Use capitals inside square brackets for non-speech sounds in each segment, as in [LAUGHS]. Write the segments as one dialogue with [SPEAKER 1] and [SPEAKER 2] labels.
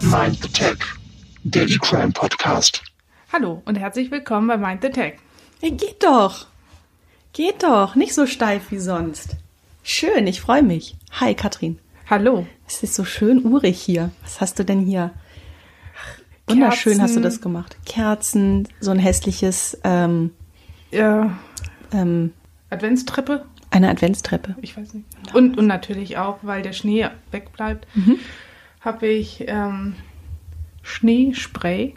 [SPEAKER 1] Mind the Tech, der E-Crime Podcast.
[SPEAKER 2] Hallo und herzlich willkommen bei Mind the Tech.
[SPEAKER 3] Hey, geht doch. Geht doch. Nicht so steif wie sonst. Schön, ich freue mich. Hi, Katrin.
[SPEAKER 2] Hallo.
[SPEAKER 3] Es ist so schön urig hier. Was hast du denn hier? Wunderschön
[SPEAKER 2] Kerzen.
[SPEAKER 3] hast du das gemacht. Kerzen, so ein hässliches, ähm,
[SPEAKER 2] Äh,
[SPEAKER 3] ähm,
[SPEAKER 2] Adventstreppe?
[SPEAKER 3] eine Adventstreppe.
[SPEAKER 2] Ich weiß nicht. Und, und natürlich auch, weil der Schnee wegbleibt,
[SPEAKER 3] Mhm.
[SPEAKER 2] habe ich ähm, Schneespray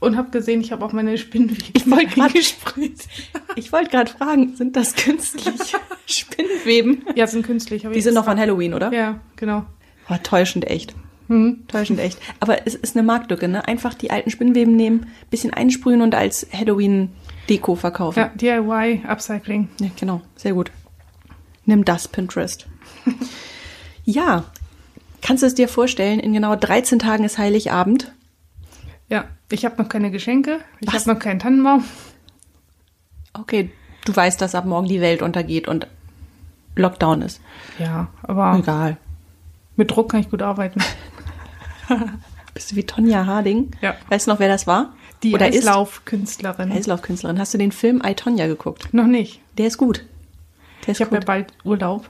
[SPEAKER 2] und habe gesehen, ich habe auch meine
[SPEAKER 3] Ich wollte
[SPEAKER 2] Spinnweben
[SPEAKER 3] grad-
[SPEAKER 2] gesprayt.
[SPEAKER 3] [LAUGHS] Ich wollte gerade fragen, sind das künstliche Spinnweben?
[SPEAKER 2] Ja, sind künstlich. hab
[SPEAKER 3] Die
[SPEAKER 2] ich
[SPEAKER 3] sind noch
[SPEAKER 2] extra-
[SPEAKER 3] an Halloween, oder?
[SPEAKER 2] Ja, genau.
[SPEAKER 3] Oh, täuschend echt.
[SPEAKER 2] Hm.
[SPEAKER 3] Täuschend echt. Aber es ist eine Marktlücke, ne? Einfach die alten Spinnweben nehmen, bisschen einsprühen und als Halloween-Deko verkaufen.
[SPEAKER 2] Ja, DIY, Upcycling.
[SPEAKER 3] Ja, genau. Sehr gut. Nimm das, Pinterest. ja. Kannst du es dir vorstellen, in genau 13 Tagen ist Heiligabend.
[SPEAKER 2] Ja, ich habe noch keine Geschenke. Ich
[SPEAKER 3] Was?
[SPEAKER 2] habe noch keinen Tannenbaum.
[SPEAKER 3] Okay, du weißt, dass ab morgen die Welt untergeht und Lockdown ist.
[SPEAKER 2] Ja,
[SPEAKER 3] Oh
[SPEAKER 2] aber
[SPEAKER 3] Egal.
[SPEAKER 2] mit Druck kann ich gut arbeiten.
[SPEAKER 3] Bist du wie Tonja Harding?
[SPEAKER 2] Ja.
[SPEAKER 3] Weißt du noch, wer das war?
[SPEAKER 2] Die
[SPEAKER 3] Oder ist?
[SPEAKER 2] Eislaufkünstlerin.
[SPEAKER 3] Eislaufkünstlerin. Hast du den Film I, Tonja geguckt?
[SPEAKER 2] Noch nicht.
[SPEAKER 3] Der ist gut. Der ist
[SPEAKER 2] Ich habe ja
[SPEAKER 3] gut.
[SPEAKER 2] bald Urlaub.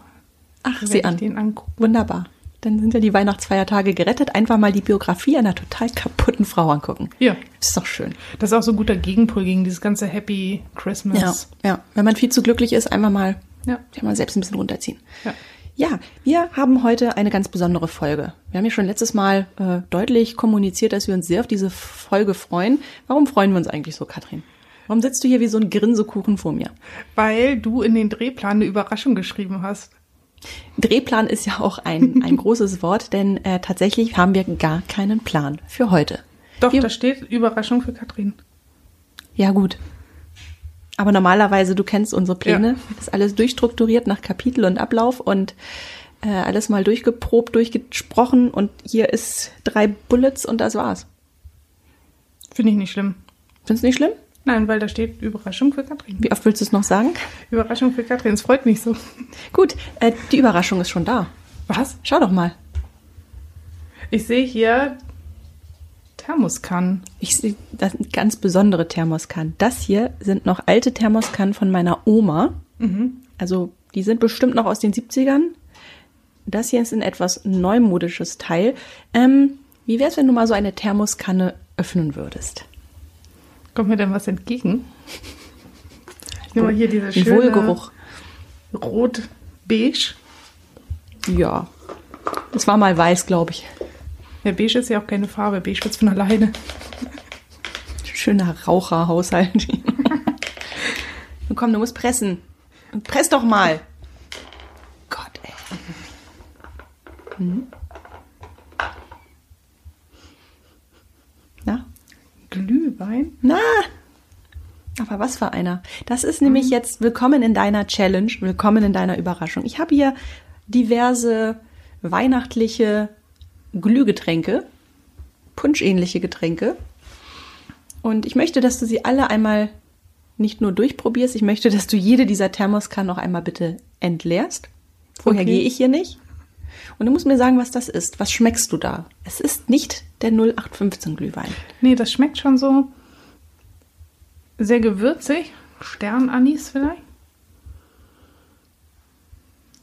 [SPEAKER 3] Ach,
[SPEAKER 2] Werd
[SPEAKER 3] sieh
[SPEAKER 2] ich
[SPEAKER 3] an.
[SPEAKER 2] Den angucken.
[SPEAKER 3] Wunderbar. Dann sind ja die Weihnachtsfeiertage gerettet. Einfach mal die Biografie einer total kaputten Frau angucken.
[SPEAKER 2] Ja.
[SPEAKER 3] Ist doch schön.
[SPEAKER 2] Das ist auch so ein guter Gegenpol gegen dieses ganze Happy Christmas.
[SPEAKER 3] ja. Wenn man viel zu glücklich ist, einfach mal,
[SPEAKER 2] Ja.
[SPEAKER 3] ja. mal selbst ein bisschen runterziehen.
[SPEAKER 2] Ja.
[SPEAKER 3] Ja, wir haben heute eine ganz besondere Folge. Wir haben ja schon letztes Mal äh, deutlich kommuniziert, dass wir uns sehr auf diese Folge freuen. Warum freuen wir uns eigentlich so, Katrin? Warum sitzt du hier wie so ein Grinsekuchen vor mir?
[SPEAKER 2] Weil du in den Drehplan eine Überraschung geschrieben hast.
[SPEAKER 3] Drehplan ist ja auch ein,
[SPEAKER 2] [LAUGHS]
[SPEAKER 3] ein großes Wort, denn äh, tatsächlich haben wir gar keinen Plan für heute.
[SPEAKER 2] Doch,
[SPEAKER 3] wir,
[SPEAKER 2] da steht Überraschung für Katrin.
[SPEAKER 3] Ja, gut. Aber normalerweise, du kennst unsere Pläne,
[SPEAKER 2] Ja.
[SPEAKER 3] ist alles durchstrukturiert nach Kapitel und Ablauf und äh, alles mal durchgeprobt, durchgesprochen und hier ist drei Bullets und das war's.
[SPEAKER 2] Finde ich nicht schlimm.
[SPEAKER 3] Findest du nicht schlimm?
[SPEAKER 2] Nein, weil da steht Überraschung für Katrin.
[SPEAKER 3] Wie oft willst du es noch sagen?
[SPEAKER 2] Überraschung für Katrin. Es freut mich so. [LAUGHS]
[SPEAKER 3] Gut, äh, die Überraschung ist schon da.
[SPEAKER 2] Was?
[SPEAKER 3] Schau doch mal.
[SPEAKER 2] Ich sehe hier Thermoskannen.
[SPEAKER 3] Ich sehe, das sind ganz besondere Thermoskannen. Das hier sind noch alte Thermoskannen von meiner Oma. Also die sind bestimmt noch aus den 70ern. Das hier ist ein etwas neumodisches Teil. Ähm, wie wäre es, wenn du mal so eine Thermoskanne öffnen würdest?
[SPEAKER 2] Kommt mir denn was entgegen? Ich nehme mal hier diese
[SPEAKER 3] Ein
[SPEAKER 2] schöne
[SPEAKER 3] Wohlgeruch.
[SPEAKER 2] Rot-Beige.
[SPEAKER 3] Ja. Es war mal weiß, glaube ich.
[SPEAKER 2] Ja, beige ist ja auch keine Farbe. Beige wird's von alleine.
[SPEAKER 3] Schöner [LAUGHS] Raucherhaushalt. Nun komm, du musst pressen. Und press doch mal. Gott, ey. Mhm. Na?
[SPEAKER 2] Glühwein?
[SPEAKER 3] Na? Aber was für einer. Das ist nämlich jetzt willkommen in deiner Challenge, willkommen in deiner Überraschung. Ich habe hier diverse weihnachtliche Glühgetränke, punschähnliche Getränke. Und ich möchte, dass du sie alle einmal nicht nur durchprobierst, ich möchte, dass du jede dieser Thermoskannen noch einmal bitte entleerst. Vorher
[SPEAKER 2] Okay.
[SPEAKER 3] gehe ich hier nicht. Und du musst mir sagen, was das ist. Was schmeckst du da? Es ist nicht der 0815 Glühwein.
[SPEAKER 2] Nee, das schmeckt schon so sehr gewürzig. Sternanis vielleicht?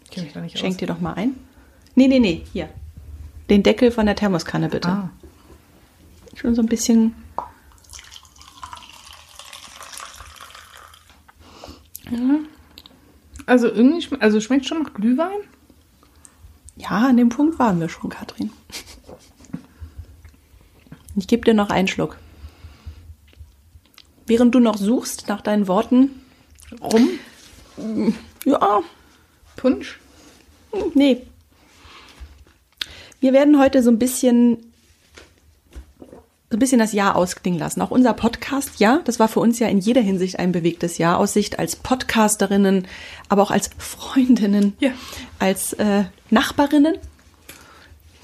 [SPEAKER 2] Ich kenne mich da nicht
[SPEAKER 3] Schenk
[SPEAKER 2] aus.
[SPEAKER 3] dir doch mal ein. Nee, nee, nee, hier. Den Deckel von der Thermoskanne bitte.
[SPEAKER 2] Ah,
[SPEAKER 3] Schon so ein bisschen.
[SPEAKER 2] also irgendwie schme also schmeckt schon nach Glühwein.
[SPEAKER 3] Ja, an dem Punkt waren wir schon, Katrin. [LAUGHS] Ich gebe dir noch einen Schluck. Während du noch suchst nach deinen Worten,
[SPEAKER 2] Rum,
[SPEAKER 3] ja,
[SPEAKER 2] Punsch.
[SPEAKER 3] Hm, Nee. Wir werden heute so ein bisschen so ein bisschen das Jahr ausklingen lassen. Auch unser Podcast, ja, das war für uns ja in jeder Hinsicht ein bewegtes Jahr aus Sicht als Podcasterinnen, aber auch als Freundinnen,
[SPEAKER 2] Ja.
[SPEAKER 3] als äh, Nachbarinnen,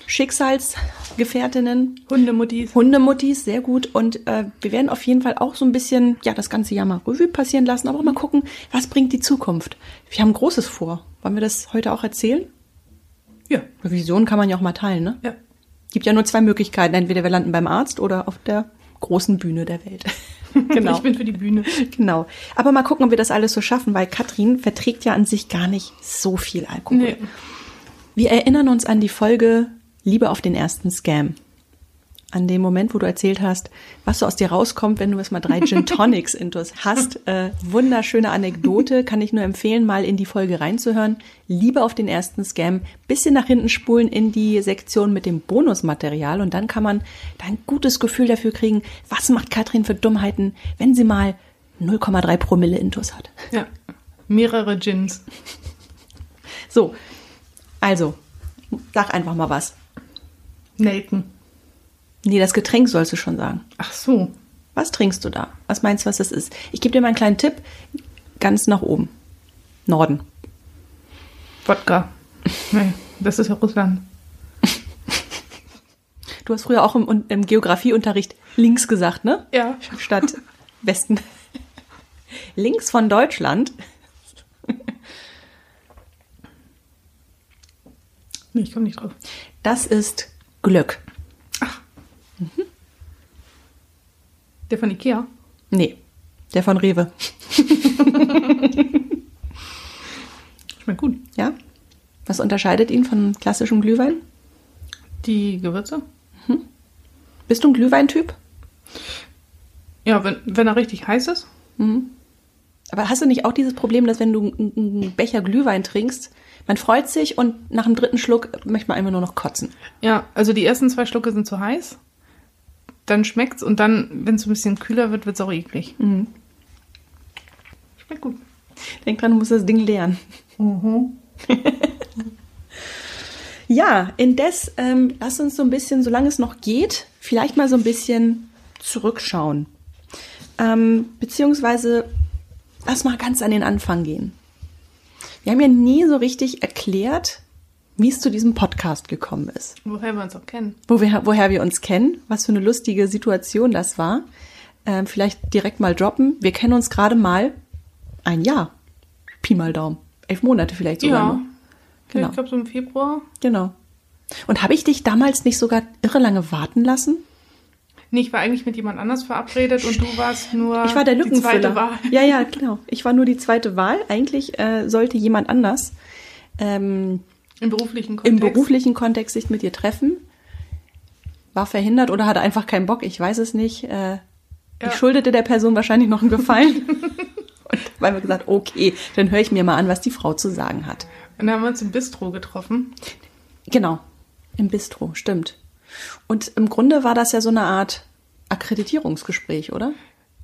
[SPEAKER 3] Schicksalsgefährtinnen,
[SPEAKER 2] Hundemuttis.
[SPEAKER 3] Hundemuttis, sehr gut. Und äh, wir werden auf jeden Fall auch so ein bisschen, ja, das ganze Jahr mal Revue passieren lassen, aber auch mal gucken, was bringt die Zukunft. Wir haben Großes vor. Wollen wir das heute auch erzählen?
[SPEAKER 2] Ja,
[SPEAKER 3] Vision kann man ja auch mal teilen, ne?
[SPEAKER 2] ja.
[SPEAKER 3] Gibt ja nur zwei Möglichkeiten. Entweder wir landen beim Arzt oder auf der großen Bühne der Welt.
[SPEAKER 2] Ich bin für die Bühne.
[SPEAKER 3] Genau. Aber mal gucken, ob wir das alles so schaffen, weil Katrin verträgt ja an sich gar nicht so viel Alkohol.
[SPEAKER 2] Nee.
[SPEAKER 3] Wir erinnern uns an die Folge Liebe auf den ersten Scam. An den Moment, wo du erzählt hast, was so aus dir rauskommt, wenn du erstmal drei Gin Tonics intus hast. Äh, wunderschöne Anekdote, kann ich nur empfehlen, mal in die Folge reinzuhören. Liebe auf den ersten Scam, bisschen nach hinten spulen in die Sektion mit dem Bonusmaterial und dann kann man da ein gutes Gefühl dafür kriegen, was macht Katrin für Dummheiten, wenn sie mal 0,3 Promille intus hat.
[SPEAKER 2] Ja. Mehrere Gins.
[SPEAKER 3] So, also, sag einfach mal was.
[SPEAKER 2] Nelken.
[SPEAKER 3] Nee, das Getränk sollst du schon sagen.
[SPEAKER 2] Ach so.
[SPEAKER 3] Was trinkst du da? Was meinst du, was das ist? Ich gebe dir mal einen kleinen Tipp. Ganz nach oben. Norden.
[SPEAKER 2] Wodka. Nee, das ist ja Russland.
[SPEAKER 3] Du hast früher auch im, im Geografieunterricht links gesagt, ne?
[SPEAKER 2] Ja.
[SPEAKER 3] Statt Westen. links von Deutschland.
[SPEAKER 2] Nee, ich komme nicht drauf.
[SPEAKER 3] Das ist Glück.
[SPEAKER 2] Der von Ikea.
[SPEAKER 3] Nee, der von Rewe.
[SPEAKER 2] Schmeckt gut.
[SPEAKER 3] Ja? Was unterscheidet ihn von klassischem Glühwein?
[SPEAKER 2] Die Gewürze?
[SPEAKER 3] Bist du ein Glühweintyp?
[SPEAKER 2] Ja, wenn, wenn er richtig heiß ist.
[SPEAKER 3] Aber hast du nicht auch dieses Problem, dass wenn du einen- einen Becher Glühwein trinkst, man freut sich und nach dem dritten Schluck möchte man einfach nur noch kotzen?
[SPEAKER 2] Ja, also die ersten zwei Schlucke sind zu heiß. Dann schmeckt's und dann, wenn es ein bisschen kühler wird, wird's auch eklig.
[SPEAKER 3] Mhm.
[SPEAKER 2] Schmeckt gut.
[SPEAKER 3] Denk dran, du musst das Ding leeren. [LAUGHS] ja, indes, ähm, lass uns so ein bisschen, solange es noch geht, vielleicht mal so ein bisschen zurückschauen. Ähm, beziehungsweise, lass mal ganz an den Anfang gehen. Wir haben ja nie so richtig erklärt, wie es zu diesem Podcast gekommen ist
[SPEAKER 2] Woher wir uns auch kennen.
[SPEAKER 3] wo wir, woher wir uns kennen, was für eine lustige Situation das war. Ähm, vielleicht direkt mal droppen. Wir kennen uns gerade mal ein Jahr. Pi mal Daumen. Elf Monate vielleicht sogar.
[SPEAKER 2] Ja.
[SPEAKER 3] Nur. Genau.
[SPEAKER 2] Ich glaube, so im Februar.
[SPEAKER 3] Genau. Und habe ich dich damals nicht sogar irre lange warten lassen?
[SPEAKER 2] Nee, ich war eigentlich mit jemand anders verabredet und du warst nur
[SPEAKER 3] Ich war der
[SPEAKER 2] die
[SPEAKER 3] Lückenfüller.
[SPEAKER 2] zweite Wahl.
[SPEAKER 3] Ja, ja, genau. Ich war nur die zweite Wahl. Eigentlich äh, sollte jemand anders ähm,
[SPEAKER 2] Im beruflichen
[SPEAKER 3] im
[SPEAKER 2] Kontext.
[SPEAKER 3] beruflichen Kontext sich mit dir treffen. War verhindert oder hatte einfach keinen Bock, ich weiß es nicht. Äh,
[SPEAKER 2] Ja.
[SPEAKER 3] Ich schuldete der Person wahrscheinlich noch einen Gefallen. [LAUGHS] Und weil wir gesagt, okay, dann höre ich mir mal an, was die Frau zu sagen hat.
[SPEAKER 2] Und dann haben wir uns im Bistro getroffen.
[SPEAKER 3] Genau, im Bistro, stimmt. Und im Grunde war das ja so eine Art Akkreditierungsgespräch, oder?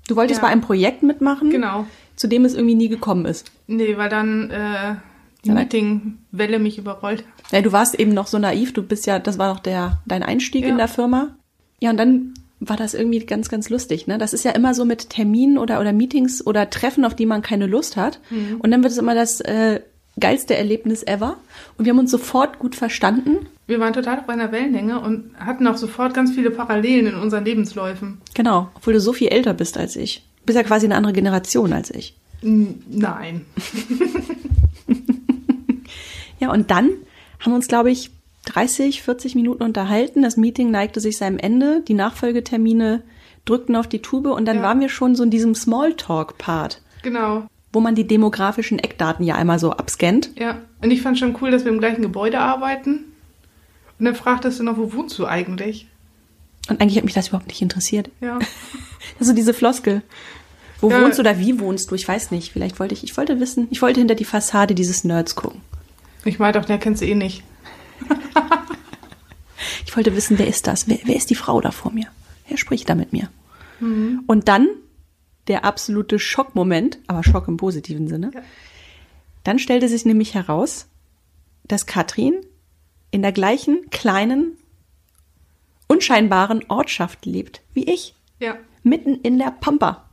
[SPEAKER 3] Du wolltest
[SPEAKER 2] Ja.
[SPEAKER 3] bei einem Projekt mitmachen,
[SPEAKER 2] Genau.
[SPEAKER 3] zu dem es irgendwie nie gekommen ist.
[SPEAKER 2] Nee, weil dann äh, die
[SPEAKER 3] Ja, nein.
[SPEAKER 2] Meetingwelle mich überrollt.
[SPEAKER 3] Ja, du warst eben noch so naiv, du bist ja, das war doch der, dein Einstieg
[SPEAKER 2] Ja.
[SPEAKER 3] in der Firma. Ja, und dann war das irgendwie ganz, ganz lustig, ne? Das ist ja immer so mit Terminen oder, oder Meetings oder Treffen, auf die man keine Lust hat. Und dann wird es immer das äh, geilste Erlebnis ever. Und wir haben uns sofort gut verstanden.
[SPEAKER 2] Wir waren total auf einer Wellenlänge und hatten auch sofort ganz viele Parallelen in unseren Lebensläufen.
[SPEAKER 3] Genau, obwohl du so viel älter bist als ich. Du bist ja quasi eine andere Generation als ich.
[SPEAKER 2] N nein.
[SPEAKER 3] Ja, und dann haben wir uns, glaube ich, 30, 40 Minuten unterhalten. Das Meeting neigte sich seinem Ende. Die Nachfolgetermine drückten auf die Tube und dann
[SPEAKER 2] Ja.
[SPEAKER 3] waren wir schon so in diesem Smalltalk-Part,
[SPEAKER 2] Genau.
[SPEAKER 3] wo man die demografischen Eckdaten ja einmal so abscannt.
[SPEAKER 2] Ja. Und ich fand schon cool, dass wir im gleichen Gebäude arbeiten. Und dann fragtest du noch, wo wohnst du eigentlich?
[SPEAKER 3] Und eigentlich hat mich das überhaupt nicht interessiert. [LAUGHS]
[SPEAKER 2] Ja.
[SPEAKER 3] Also diese Floskel. Wo
[SPEAKER 2] Ja.
[SPEAKER 3] wohnst du oder wie wohnst du? Ich weiß nicht. Vielleicht wollte ich, ich wollte wissen, ich wollte hinter die Fassade dieses Nerds gucken.
[SPEAKER 2] Ich meinte auch, der kennst du eh nicht.
[SPEAKER 3] Ich wollte wissen, wer ist das? Wer, wer ist die Frau da vor mir? Wer spricht da mit mir?
[SPEAKER 2] Mhm.
[SPEAKER 3] Und dann der absolute Schockmoment, aber Schock im positiven Sinne.
[SPEAKER 2] Ja.
[SPEAKER 3] Dann stellte sich nämlich heraus, dass Katrin in der gleichen kleinen, unscheinbaren Ortschaft lebt wie ich.
[SPEAKER 2] Ja.
[SPEAKER 3] Mitten in der Pampa.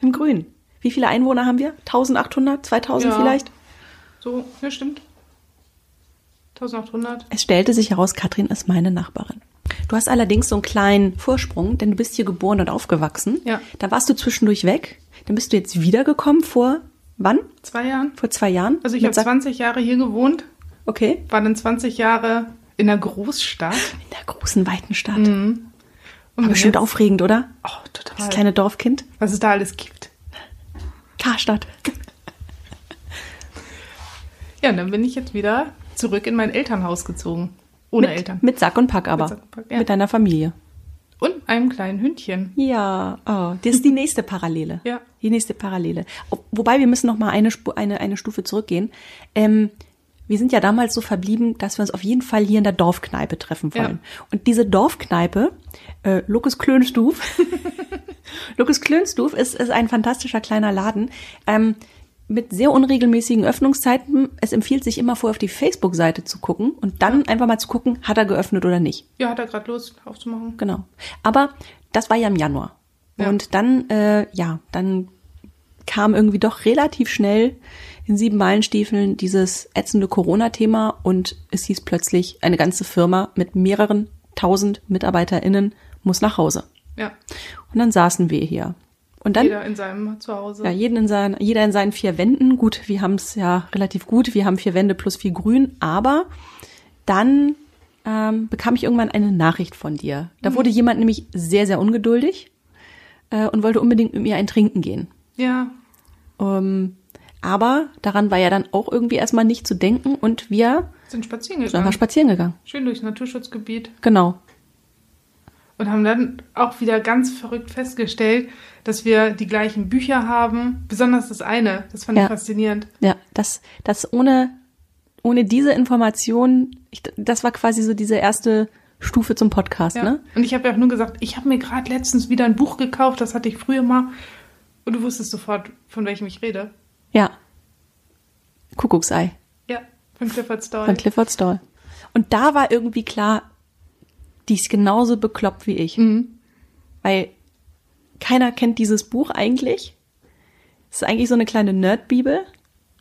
[SPEAKER 3] Im Grün. Wie viele Einwohner haben wir? 1800, 2000
[SPEAKER 2] Ja.
[SPEAKER 3] vielleicht?
[SPEAKER 2] So, ja, stimmt. 1800.
[SPEAKER 3] Es stellte sich heraus, Katrin ist meine Nachbarin. Du hast allerdings so einen kleinen Vorsprung, denn du bist hier geboren und aufgewachsen.
[SPEAKER 2] Ja.
[SPEAKER 3] Da warst du zwischendurch weg. Dann bist du jetzt wiedergekommen vor wann?
[SPEAKER 2] Zwei Jahren.
[SPEAKER 3] Vor zwei Jahren?
[SPEAKER 2] Also ich
[SPEAKER 3] Mit
[SPEAKER 2] habe
[SPEAKER 3] Sack-
[SPEAKER 2] 20 Jahre hier gewohnt,
[SPEAKER 3] Okay.
[SPEAKER 2] war dann 20 Jahre in einer Großstadt.
[SPEAKER 3] In der großen, weiten Stadt.
[SPEAKER 2] Mhm. Und
[SPEAKER 3] Aber
[SPEAKER 2] wenn
[SPEAKER 3] bestimmt
[SPEAKER 2] jetzt-
[SPEAKER 3] aufregend, oder?
[SPEAKER 2] Oh, total.
[SPEAKER 3] Das kleine Dorfkind.
[SPEAKER 2] Was es da alles gibt.
[SPEAKER 3] Karstadt.
[SPEAKER 2] Ja, und dann bin ich jetzt wieder zurück in mein Elternhaus gezogen. Ohne
[SPEAKER 3] mit,
[SPEAKER 2] Eltern.
[SPEAKER 3] Mit Sack und Pack aber.
[SPEAKER 2] Mit Sack und Pack, ja.
[SPEAKER 3] Mit deiner Familie.
[SPEAKER 2] Und einem kleinen Hündchen.
[SPEAKER 3] Ja, oh,
[SPEAKER 2] [LAUGHS]
[SPEAKER 3] das ist die nächste Parallele.
[SPEAKER 2] Ja.
[SPEAKER 3] Die nächste Parallele. Ob- Wobei wir müssen noch mal eine, Spu- eine, eine Stufe zurückgehen. Ähm, wir sind ja damals so verblieben, dass wir uns auf jeden Fall hier in der Dorfkneipe treffen
[SPEAKER 2] Ja.
[SPEAKER 3] wollen. Und diese Dorfkneipe, äh, Lukas Klönstuf, [LAUGHS] Lukas Klönstuf ist, ist ein fantastischer kleiner Laden. Ähm, mit sehr unregelmäßigen Öffnungszeiten. Es empfiehlt sich immer vorher auf die Facebook-Seite zu gucken und dann einfach mal zu gucken, hat er geöffnet oder nicht.
[SPEAKER 2] Ja, hat er gerade Lust aufzumachen.
[SPEAKER 3] Genau. Aber das war ja im Januar.
[SPEAKER 2] Ja.
[SPEAKER 3] Und dann, äh, ja, dann kam irgendwie doch relativ schnell in sieben Meilenstiefeln dieses ätzende Corona-Thema und es hieß plötzlich, eine ganze Firma mit mehreren tausend MitarbeiterInnen muss nach Hause.
[SPEAKER 2] Ja.
[SPEAKER 3] Und dann saßen wir hier. Und dann
[SPEAKER 2] Jeder in seinem Zuhause.
[SPEAKER 3] ja, jeden in seinen, jeder in seinen vier Wänden. Gut, wir haben es ja relativ gut. Wir haben vier Wände plus vier Grün. Aber dann ähm, bekam ich irgendwann eine Nachricht von dir. Da wurde jemand nämlich sehr, sehr ungeduldig äh, und wollte unbedingt mit mir ein Trinken gehen.
[SPEAKER 2] ja.
[SPEAKER 3] Ähm, aber daran war ja dann auch irgendwie erstmal nicht zu denken und wir
[SPEAKER 2] Sind spazieren
[SPEAKER 3] sind einfach
[SPEAKER 2] gegangen.
[SPEAKER 3] spazieren gegangen.
[SPEAKER 2] Schön durchs Naturschutzgebiet.
[SPEAKER 3] Genau.
[SPEAKER 2] Und haben dann auch wieder ganz verrückt festgestellt, dass wir die gleichen Bücher haben. Besonders das eine. Das fand
[SPEAKER 3] Ja.
[SPEAKER 2] ich faszinierend.
[SPEAKER 3] Ja, das, das ohne, ohne diese Information, ich, das war quasi so diese erste Stufe zum Podcast,
[SPEAKER 2] Ja.
[SPEAKER 3] ne?
[SPEAKER 2] Und ich habe ja auch nur gesagt, ich habe mir gerade letztens wieder ein Buch gekauft, das hatte ich früher mal. Und du wusstest sofort, von welchem ich rede.
[SPEAKER 3] Ja. Kuckucksei
[SPEAKER 2] Ja, von Clifford Story.
[SPEAKER 3] von Clifford Stoll. Und da war irgendwie klar, die ist genauso bekloppt wie
[SPEAKER 2] Mhm.
[SPEAKER 3] ich. Weil keiner kennt dieses Buch eigentlich. Es ist eigentlich so eine kleine Nerdbibel.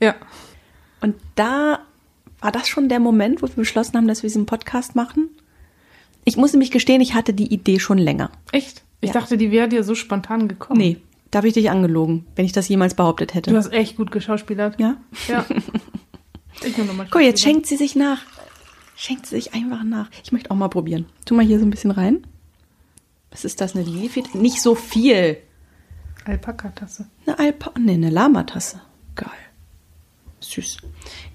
[SPEAKER 2] ja.
[SPEAKER 3] Und da war das schon der Moment, wo wir beschlossen haben, dass wir diesen Podcast machen. Ich muss nämlich gestehen, ich hatte die Idee schon länger.
[SPEAKER 2] Echt? Ich
[SPEAKER 3] Ja.
[SPEAKER 2] dachte, die wäre dir so spontan gekommen.
[SPEAKER 3] Da habe ich dich angelogen, wenn ich das jemals behauptet hätte.
[SPEAKER 2] Oh. Du hast echt gut geschauspielert.
[SPEAKER 3] ja? [LAUGHS]
[SPEAKER 2] Ja. Ich nehme nochmal
[SPEAKER 3] Guck, jetzt schenkt sie sich nach. Schenkt sie sich einfach nach. Ich möchte auch mal probieren. Tu mal hier so ein bisschen rein. Was ist das? Eine Nilfit? Nicht so viel.
[SPEAKER 2] Alpaka-Tasse.
[SPEAKER 3] Eine Alpa. Nee, eine Lamatasse. Geil. Süß.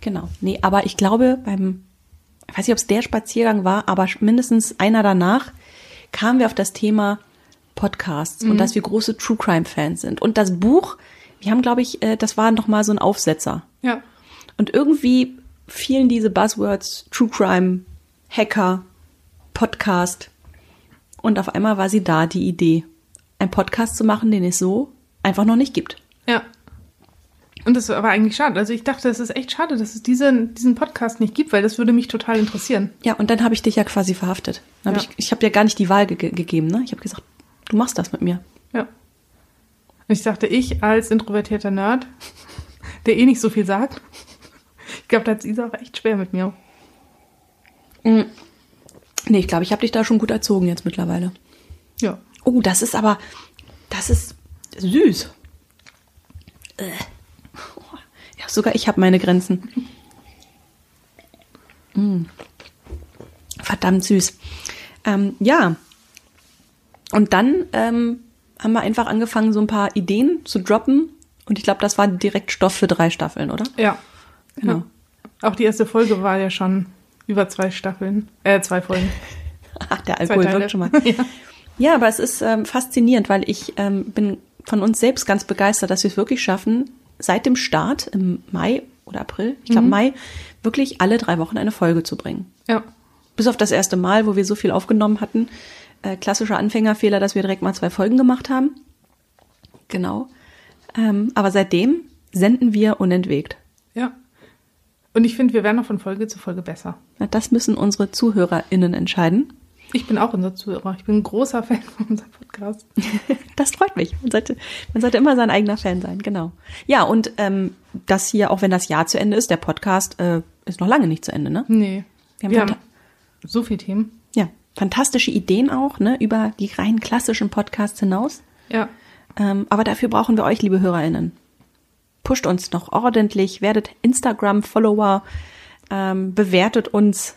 [SPEAKER 3] Genau. Nee, aber ich glaube, beim. Ich weiß nicht, ob es der Spaziergang war, aber mindestens einer danach kamen wir auf das Thema Podcasts und dass wir große True Crime Fans sind. Und das Buch, wir haben, glaube ich, äh, das war nochmal so ein Aufsetzer.
[SPEAKER 2] Ja.
[SPEAKER 3] Und irgendwie fielen diese Buzzwords True Crime, Hacker, Podcast. Und auf einmal war sie da, die Idee, einen Podcast zu machen, den es so einfach noch nicht gibt.
[SPEAKER 2] Ja. Und das war eigentlich schade. Also ich dachte, es ist echt schade, dass es diesen, diesen Podcast nicht gibt, weil das würde mich total interessieren.
[SPEAKER 3] Ja, und dann habe ich dich ja quasi verhaftet. Dann hab
[SPEAKER 2] Ja.
[SPEAKER 3] Ich, ich habe dir gar nicht die Wahl ge gegeben. Ne? Ich habe gesagt, du machst das mit mir.
[SPEAKER 2] Ja. Und ich dachte, ich als introvertierter Nerd, [LAUGHS] der eh nicht so viel sagt, ich glaube, da hat Isa auch echt schwer mit mir.
[SPEAKER 3] Nee, ich glaube, ich habe dich da schon gut erzogen jetzt mittlerweile.
[SPEAKER 2] Ja.
[SPEAKER 3] Oh, das ist aber, das ist süß. Äh. Ja, sogar ich habe meine Grenzen. Mm. Verdammt süß. Ähm, ja. Und dann ähm, haben wir einfach angefangen, so ein paar Ideen zu droppen. Und ich glaube, das war direkt Stoff für drei Staffeln, oder? [LAUGHS]
[SPEAKER 2] Ja.
[SPEAKER 3] Genau.
[SPEAKER 2] Ja. Auch die erste Folge war ja schon über zwei Staffeln. Äh, zwei Folgen.
[SPEAKER 3] Ach, der
[SPEAKER 2] Zwei
[SPEAKER 3] Alkohol
[SPEAKER 2] Teile.
[SPEAKER 3] wirkt schon mal.
[SPEAKER 2] [LAUGHS] ja.
[SPEAKER 3] Ja, aber es ist ähm, faszinierend, weil ich ähm, bin von uns selbst ganz begeistert, dass wir es wirklich schaffen, seit dem Start im Mai oder April, ich glaube Mai, wirklich alle drei Wochen eine Folge zu bringen.
[SPEAKER 2] ja.
[SPEAKER 3] Bis auf das erste Mal, wo wir so viel aufgenommen hatten. Äh, klassischer Anfängerfehler, dass wir direkt mal zwei Folgen gemacht haben. Genau. Ähm, aber seitdem senden wir unentwegt.
[SPEAKER 2] Ja. Und ich finde, wir werden auch von Folge zu Folge besser.
[SPEAKER 3] Na, das müssen unsere ZuhörerInnen entscheiden.
[SPEAKER 2] Ich bin auch unser Zuhörer. Ich bin ein großer Fan von unserem Podcast.
[SPEAKER 3] Das freut mich. Man sollte, man sollte immer sein eigener Fan sein, genau. Ja, und ähm, das hier, auch wenn das Jahr zu Ende ist, der Podcast äh, ist noch lange nicht zu Ende, ne?
[SPEAKER 2] Nee.
[SPEAKER 3] Wir
[SPEAKER 2] Wir
[SPEAKER 3] haben
[SPEAKER 2] haben,
[SPEAKER 3] fanta-
[SPEAKER 2] so viele Themen.
[SPEAKER 3] Ja, fantastische Ideen auch, ne, über die rein klassischen Podcasts hinaus.
[SPEAKER 2] Ja.
[SPEAKER 3] Ähm, aber dafür brauchen wir euch, liebe HörerInnen. Pusht uns noch ordentlich, werdet Instagram-Follower, ähm, bewertet uns.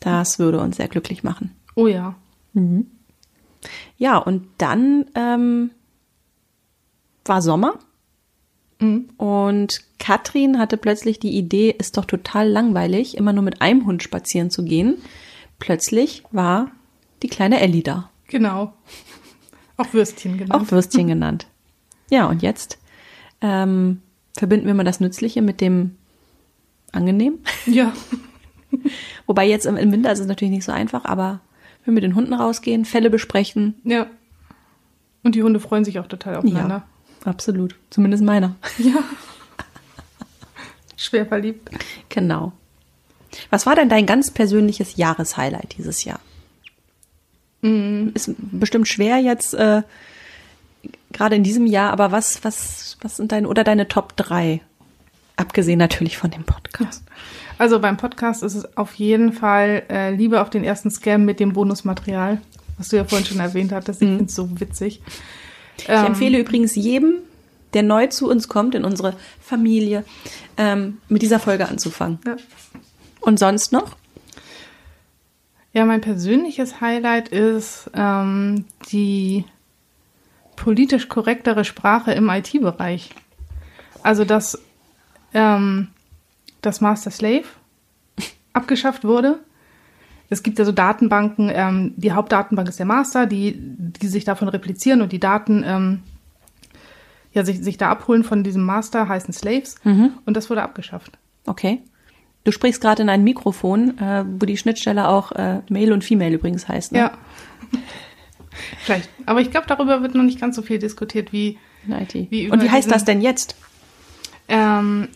[SPEAKER 3] Das würde uns sehr glücklich machen.
[SPEAKER 2] Oh ja.
[SPEAKER 3] Ja, und dann ähm, war Sommer. Und Katrin hatte plötzlich die Idee, ist doch total langweilig, immer nur mit einem Hund spazieren zu gehen. Plötzlich war die kleine Ellie da,
[SPEAKER 2] Genau. Auch Würstchen, genau.
[SPEAKER 3] auch Würstchen genannt. Ja, und jetzt ähm, verbinden wir mal das Nützliche mit dem Angenehm. [LAUGHS]
[SPEAKER 2] Ja.
[SPEAKER 3] Wobei jetzt im im Winter ist es natürlich nicht so einfach, aber wenn wir mit den Hunden rausgehen, Fälle besprechen.
[SPEAKER 2] Ja. Und die Hunde freuen sich auch total aufeinander.
[SPEAKER 3] absolut. Zumindest meiner.
[SPEAKER 2] Ja. Schwer verliebt.
[SPEAKER 3] Genau. Was war denn dein ganz persönliches Jahreshighlight dieses Jahr?
[SPEAKER 2] Mhm.
[SPEAKER 3] Ist bestimmt schwer jetzt, äh, gerade in diesem Jahr, aber was, was, was sind deine, oder deine Top 3? Abgesehen natürlich von dem Podcast.
[SPEAKER 2] Also beim Podcast ist es auf jeden Fall äh, lieber auf den ersten Scam mit dem Bonusmaterial, was du ja vorhin schon erwähnt hattest. Ich finde es so witzig.
[SPEAKER 3] Ich empfehle übrigens jedem, der neu zu uns kommt, in unsere Familie, ähm, mit dieser Folge anzufangen.
[SPEAKER 2] Ja.
[SPEAKER 3] Und sonst noch?
[SPEAKER 2] Ja, mein persönliches Highlight ist ähm, die politisch korrektere Sprache im IT-Bereich. Also, dass ähm, das Master Slave [LAUGHS] abgeschafft wurde. Es gibt ja so Datenbanken, ähm, die Hauptdatenbank ist der Master, die, die sich davon replizieren und die Daten ähm, ja, sich, sich da abholen von diesem Master, heißen Slaves. Und das wurde abgeschafft.
[SPEAKER 3] Okay. Du sprichst gerade in ein Mikrofon, äh, wo die Schnittstelle auch äh, Male und Female übrigens heißt. Ne?
[SPEAKER 2] Ja. Vielleicht. Aber ich glaube, darüber wird noch nicht ganz so viel diskutiert wie.
[SPEAKER 3] In IT.
[SPEAKER 2] Wie über
[SPEAKER 3] und wie heißt
[SPEAKER 2] diesen-
[SPEAKER 3] das denn jetzt?
[SPEAKER 2] Ähm,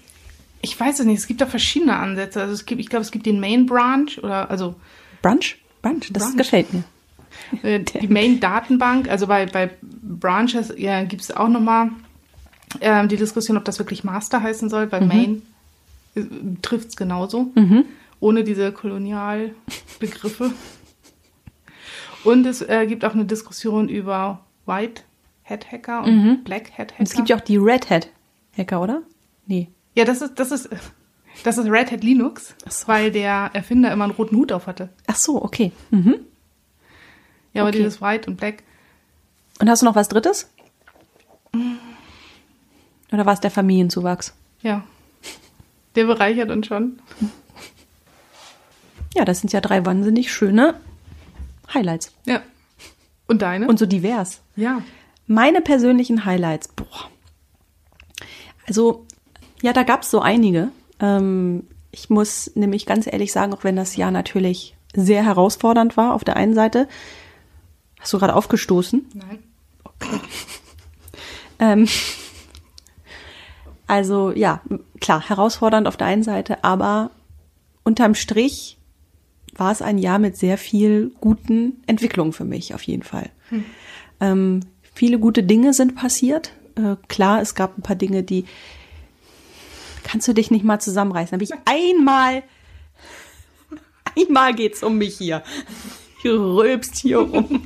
[SPEAKER 2] ich weiß es nicht. Es gibt da verschiedene Ansätze. Also es gibt, ich glaube, es gibt den Main Branch oder also
[SPEAKER 3] Brunch? Brunch, das
[SPEAKER 2] Brunch.
[SPEAKER 3] gefällt mir. [LAUGHS]
[SPEAKER 2] äh, die Main Datenbank. Also bei, bei Branches ja, gibt es auch nochmal ähm, die Diskussion, ob das wirklich Master heißen soll.
[SPEAKER 3] Mhm.
[SPEAKER 2] Bei Main äh, trifft es genauso. Ohne diese Kolonialbegriffe. Und es äh, gibt auch eine Diskussion über White Hat Hacker und Black Hat Hacker.
[SPEAKER 3] Mhm. Und es gibt ja auch die Red Hat Hacker, oder? Nee.
[SPEAKER 2] Ja, das ist, das ist, das ist Red Hat Linux,
[SPEAKER 3] Ach so.
[SPEAKER 2] weil der Erfinder immer einen roten Hut auf hatte.
[SPEAKER 3] Ach so, okay. Mhm.
[SPEAKER 2] Ja, aber
[SPEAKER 3] Okay.
[SPEAKER 2] dieses White und Black.
[SPEAKER 3] Und hast du noch was Drittes? Oder war es der Familienzuwachs?
[SPEAKER 2] Ja. Der bereichert uns schon.
[SPEAKER 3] Ja, das sind ja drei wahnsinnig schöne Highlights.
[SPEAKER 2] Ja. Und deine?
[SPEAKER 3] Und so divers.
[SPEAKER 2] ja.
[SPEAKER 3] Meine persönlichen Highlights, boah. Also, ja, da gab es so einige. Ähm, ich muss nämlich ganz ehrlich sagen, auch wenn das Jahr natürlich sehr herausfordernd war auf der einen Seite. Hast du gerade aufgestoßen?
[SPEAKER 2] Nein.
[SPEAKER 3] Ähm, [LAUGHS] also ja, m- klar, herausfordernd auf der einen Seite, aber unterm Strich war es ein Jahr mit sehr viel guten Entwicklungen für mich auf jeden Fall. Ähm, viele gute Dinge sind passiert. Äh, klar, es gab ein paar Dinge, die kannst du dich nicht mal zusammenreißen. Habe ich einmal, einmal geht's um mich hier. Du rülpst hier rum.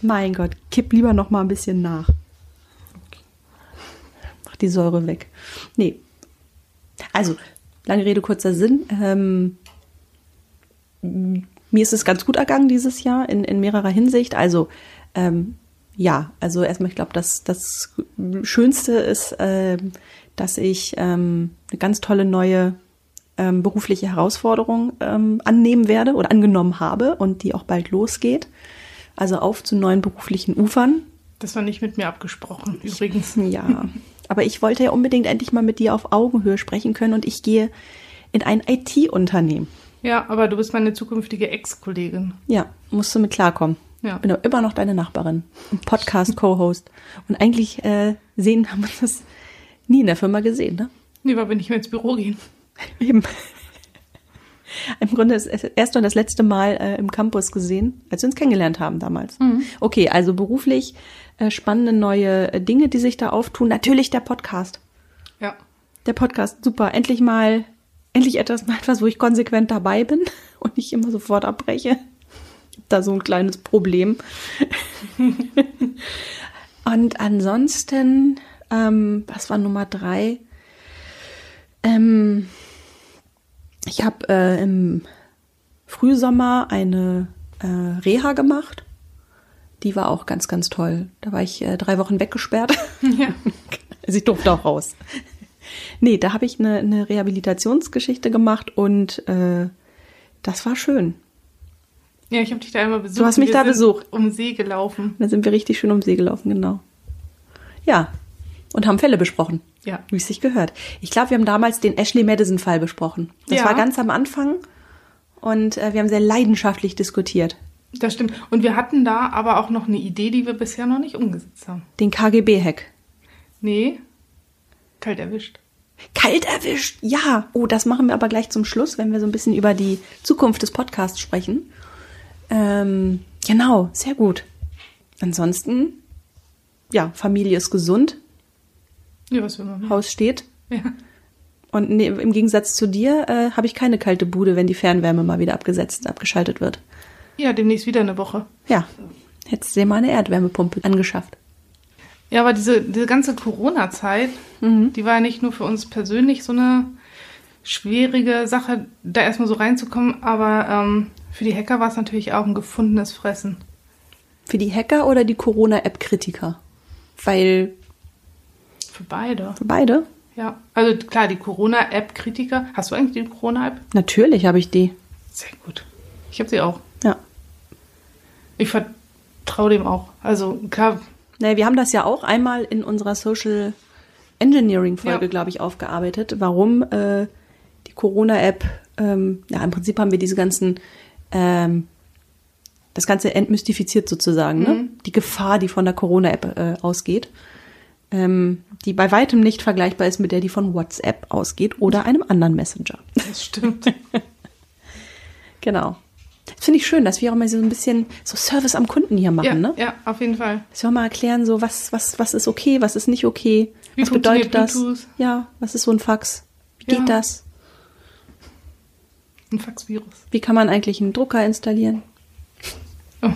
[SPEAKER 3] Mein Gott, kipp lieber noch mal ein bisschen nach. Mach die Säure weg. Nee. Also, lange Rede, kurzer Sinn. Ähm, mir ist es ganz gut ergangen dieses Jahr in, in mehrerer Hinsicht. Also, ähm, ja, also erstmal, ich glaube, das, das Schönste ist, ähm, dass ich ähm, eine ganz tolle neue ähm, berufliche Herausforderung ähm, annehmen werde oder angenommen habe und die auch bald losgeht. Also auf zu neuen beruflichen Ufern.
[SPEAKER 2] Das war nicht mit mir abgesprochen, übrigens.
[SPEAKER 3] Ja, aber ich wollte ja unbedingt endlich mal mit dir auf Augenhöhe sprechen können und ich gehe in ein IT-Unternehmen.
[SPEAKER 2] Ja, aber du bist meine zukünftige Ex-Kollegin.
[SPEAKER 3] Ja, musst du mit klarkommen.
[SPEAKER 2] Ja.
[SPEAKER 3] Bin doch immer noch deine Nachbarin, und Podcast-Co-Host. Und eigentlich äh, sehen haben wir das nie in der Firma gesehen, ne?
[SPEAKER 2] Nee, weil wir nicht mehr ins Büro gehen.
[SPEAKER 3] Eben. Im Grunde ist es erst und das letzte Mal äh, im Campus gesehen, als wir uns kennengelernt haben damals. Okay, also beruflich äh, spannende neue äh, Dinge, die sich da auftun. Natürlich der Podcast.
[SPEAKER 2] Ja.
[SPEAKER 3] Der Podcast, super. Endlich mal, endlich etwas, [LAUGHS] mal etwas, wo ich konsequent dabei bin [LAUGHS] und nicht immer sofort abbreche. Ich hab da so ein kleines Problem. [LAUGHS] und ansonsten, ähm, was war Nummer drei? Ähm, Ich habe äh, im Frühsommer eine äh, Reha gemacht. Die war auch ganz, ganz toll. Da war ich äh, drei Wochen weggesperrt. [LAUGHS]
[SPEAKER 2] Ja.
[SPEAKER 3] also ich durfte auch raus. Nee, da habe ich eine, eine Rehabilitationsgeschichte gemacht und äh, das war schön.
[SPEAKER 2] Ja, ich habe dich da einmal besucht.
[SPEAKER 3] Du hast mich
[SPEAKER 2] Wir
[SPEAKER 3] da
[SPEAKER 2] sind
[SPEAKER 3] besucht.
[SPEAKER 2] Um See gelaufen.
[SPEAKER 3] Da sind wir richtig schön um See gelaufen, genau. Ja, und haben Fälle besprochen.
[SPEAKER 2] Ja.
[SPEAKER 3] Wie es sich gehört. Ich glaube, wir haben damals den Ashley Madison-Fall besprochen. Das
[SPEAKER 2] Ja.
[SPEAKER 3] war ganz am Anfang und äh, wir haben sehr leidenschaftlich diskutiert.
[SPEAKER 2] Das stimmt. Und wir hatten da aber auch noch eine Idee, die wir bisher noch nicht umgesetzt haben.
[SPEAKER 3] Den KGB-Hack.
[SPEAKER 2] Nee. Kalt erwischt.
[SPEAKER 3] Kalt erwischt, ja. Oh, das machen wir aber gleich zum Schluss, wenn wir so ein bisschen über die Zukunft des Podcasts sprechen. Ähm, genau, sehr gut. Ansonsten, ja, Familie ist gesund,
[SPEAKER 2] Ja, was will man machen?
[SPEAKER 3] Haus steht.
[SPEAKER 2] Ja.
[SPEAKER 3] Und nee, im Gegensatz zu dir äh, habe ich keine kalte Bude, wenn die Fernwärme mal wieder abgesetzt, abgeschaltet wird.
[SPEAKER 2] ja, demnächst wieder eine Woche.
[SPEAKER 3] Ja, hättest du dir mal eine Erdwärmepumpe angeschafft.
[SPEAKER 2] Ja, aber diese, diese ganze Corona-Zeit, die war ja nicht nur für uns persönlich so eine schwierige Sache, da erstmal so reinzukommen, aber ähm, für die Hacker war es natürlich auch ein gefundenes Fressen.
[SPEAKER 3] Für die Hacker oder die Corona-App-Kritiker? Weil
[SPEAKER 2] Für beide.
[SPEAKER 3] für beide?
[SPEAKER 2] Ja. Also klar, die Corona-App-Kritiker. Hast du eigentlich die Corona-App?
[SPEAKER 3] Natürlich habe ich die.
[SPEAKER 2] Sehr gut. Ich habe sie auch.
[SPEAKER 3] Ja.
[SPEAKER 2] Ich vertraue dem auch. Also klar,
[SPEAKER 3] Naja, wir haben das ja auch einmal in unserer Social Engineering-Folge,
[SPEAKER 2] Ja.
[SPEAKER 3] glaube ich, aufgearbeitet, warum äh, die Corona-App, ähm, ja, im Prinzip haben wir diese ganzen, ähm, das Ganze entmystifiziert sozusagen,
[SPEAKER 2] Mhm.
[SPEAKER 3] ne? die Gefahr, die von der Corona-App äh, ausgeht, ähm, die bei weitem nicht vergleichbar ist mit der, die von WhatsApp ausgeht oder einem anderen Messenger.
[SPEAKER 2] das [LAUGHS] stimmt.
[SPEAKER 3] genau. Das finde ich schön, dass wir auch mal so ein bisschen so Service am Kunden hier machen,
[SPEAKER 2] ja,
[SPEAKER 3] ne?
[SPEAKER 2] ja, auf jeden Fall.
[SPEAKER 3] Dass wir auch mal erklären, so was, was, was ist okay, was ist nicht okay,
[SPEAKER 2] Wie
[SPEAKER 3] was
[SPEAKER 2] funktioniert
[SPEAKER 3] bedeutet das?
[SPEAKER 2] Bluetooth?
[SPEAKER 3] Ja, was ist so ein Fax? Wie
[SPEAKER 2] Ja.
[SPEAKER 3] geht das?
[SPEAKER 2] Ein Faxvirus.
[SPEAKER 3] Wie kann man eigentlich einen Drucker installieren?
[SPEAKER 2] Oh.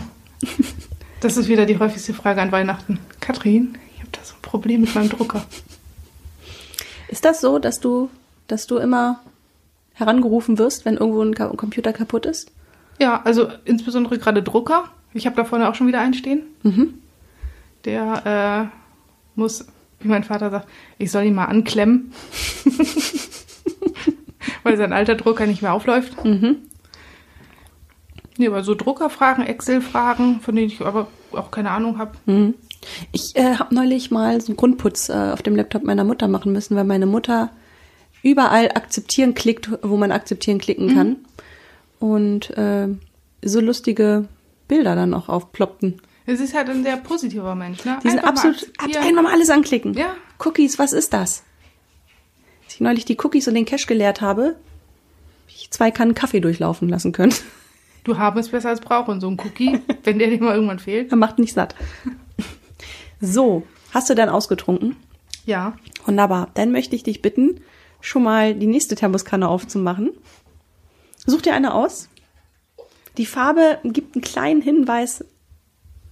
[SPEAKER 2] Das ist wieder die häufigste Frage an Weihnachten. Katrin, ich habe da so ein Problem mit meinem Drucker.
[SPEAKER 3] Ist das so, dass du, dass du immer herangerufen wirst, wenn irgendwo ein Ka- Computer kaputt ist?
[SPEAKER 2] Ja, also insbesondere gerade Drucker. Ich habe da vorne auch schon wieder einen stehen.
[SPEAKER 3] Mhm.
[SPEAKER 2] Der äh, muss, wie mein Vater sagt, ich soll ihn mal
[SPEAKER 3] [LAUGHS]
[SPEAKER 2] anklemmen, weil sein alter Drucker nicht mehr aufläuft.
[SPEAKER 3] Mhm.
[SPEAKER 2] Nee, aber so Druckerfragen, Excel-Fragen, von denen ich aber auch keine Ahnung habe.
[SPEAKER 3] Mhm. Ich äh, habe neulich mal so einen Grundputz äh, auf dem Laptop meiner Mutter machen müssen, weil meine Mutter überall akzeptieren klickt, wo man akzeptieren klicken kann.
[SPEAKER 2] Mhm.
[SPEAKER 3] Und äh, so lustige Bilder dann auch aufploppten.
[SPEAKER 2] Es ist halt ein sehr positiver Mensch. Ne?
[SPEAKER 3] Die sind
[SPEAKER 2] Einfach mal
[SPEAKER 3] absolut ab,
[SPEAKER 2] akzeptieren.
[SPEAKER 3] einfach mal alles anklicken.
[SPEAKER 2] Ja.
[SPEAKER 3] Cookies, was ist das? Als ich neulich die Cookies und den Cache geleert habe, hab ich zwei Kannen Kaffee durchlaufen lassen können. [LAUGHS]
[SPEAKER 2] Du haben es besser als brauchen, so ein Cookie, wenn der dir mal irgendwann fehlt.
[SPEAKER 3] Er macht nicht satt. So, hast du dann ausgetrunken?
[SPEAKER 2] Ja.
[SPEAKER 3] Wunderbar. Dann möchte ich dich bitten, schon mal die nächste Thermoskanne aufzumachen. Such dir eine aus. Die Farbe gibt einen kleinen Hinweis,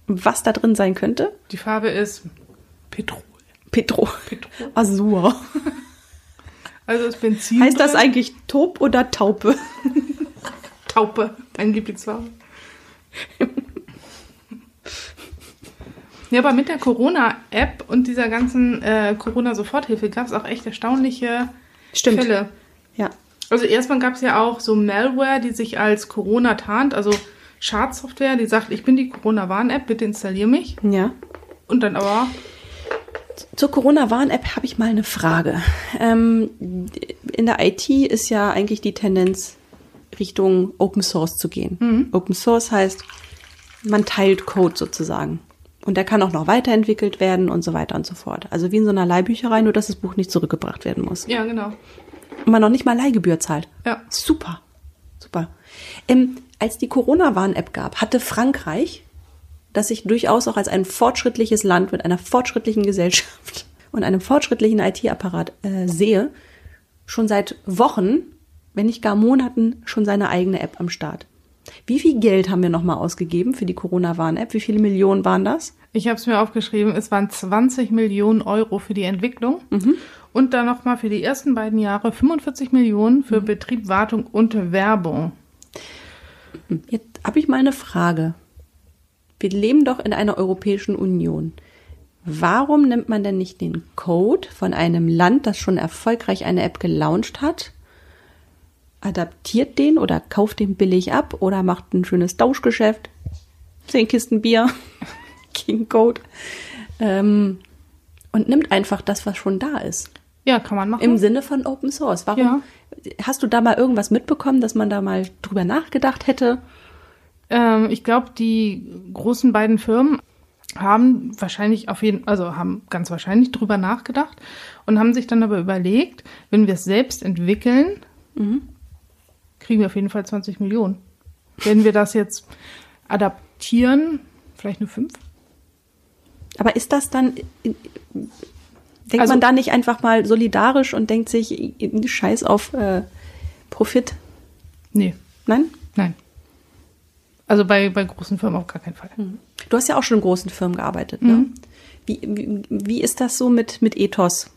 [SPEAKER 3] was da drin sein könnte.
[SPEAKER 2] Die Farbe ist Petrol.
[SPEAKER 3] Petro.
[SPEAKER 2] Petrol.
[SPEAKER 3] Azur.
[SPEAKER 2] Also ist Benzin.
[SPEAKER 3] Heißt das
[SPEAKER 2] drin.
[SPEAKER 3] eigentlich Taub oder Taupe?
[SPEAKER 2] Taupe, meine Lieblingsfarbe. ja, aber mit der Corona-App und dieser ganzen äh, Corona-Soforthilfe gab es auch echt erstaunliche
[SPEAKER 3] Stimmt.
[SPEAKER 2] Fälle.
[SPEAKER 3] Ja.
[SPEAKER 2] Also erstmal gab es ja auch so Malware, die sich als Corona tarnt, also Schadsoftware, die sagt, ich bin die Corona-Warn-App, bitte installier mich.
[SPEAKER 3] Ja.
[SPEAKER 2] Und dann aber,
[SPEAKER 3] Zur Corona-Warn-App habe ich mal eine Frage. Ähm, in der IT ist ja eigentlich die Tendenz, Richtung Open Source zu gehen. Open Source heißt, man teilt Code sozusagen. Und der kann auch noch weiterentwickelt werden und so weiter und so fort. Also wie in so einer Leihbücherei, nur dass das Buch nicht zurückgebracht werden muss.
[SPEAKER 2] ja genau.
[SPEAKER 3] Und man noch nicht mal Leihgebühr zahlt.
[SPEAKER 2] Ja.
[SPEAKER 3] Super. Super. Ähm, als die Corona-Warn-App gab, hatte Frankreich, das sich durchaus auch als ein fortschrittliches Land mit einer fortschrittlichen Gesellschaft [LAUGHS] und einem fortschrittlichen IT-Apparat äh, sehe, schon seit Wochen, wenn nicht gar Monaten, schon seine eigene App am Start. Wie viel Geld haben wir nochmal ausgegeben für die Corona-Warn-App? Wie viele Millionen waren das?
[SPEAKER 2] Ich habe es mir aufgeschrieben, es waren 20 Millionen Euro für die Entwicklung Und dann nochmal für die ersten beiden Jahre 45 Millionen für Betrieb, Wartung und Werbung.
[SPEAKER 3] Jetzt habe ich mal eine Frage. Wir leben doch in einer Europäischen Union. Warum nimmt man denn nicht den Code von einem Land, das schon erfolgreich eine App gelauncht hat, adaptiert den oder kauft den billig ab oder macht ein schönes Tauschgeschäft? Zehn Kisten Bier [LAUGHS] gegen Code. Ähm, und nimmt einfach das, was schon da ist.
[SPEAKER 2] Ja, kann man machen.
[SPEAKER 3] Im Sinne von Open Source. Warum? Hast du da mal irgendwas mitbekommen, dass man da mal drüber nachgedacht hätte?
[SPEAKER 2] Ähm, ich glaube, die großen beiden Firmen haben wahrscheinlich auf jeden also haben ganz wahrscheinlich drüber nachgedacht und haben sich dann aber überlegt, wenn wir es selbst entwickeln, kriegen wir auf jeden Fall 20 Millionen. Wenn wir das jetzt adaptieren, vielleicht nur fünf.
[SPEAKER 3] Aber ist das dann, denkt
[SPEAKER 2] Also-
[SPEAKER 3] man da nicht einfach mal solidarisch und denkt sich, scheiß auf äh, Profit?
[SPEAKER 2] Nee,
[SPEAKER 3] Nein?
[SPEAKER 2] nein. Also bei, bei großen Firmen auf gar keinen Fall.
[SPEAKER 3] Du hast ja auch schon in großen Firmen gearbeitet, ne? Wie, wie, wie ist das so mit, mit Ethos?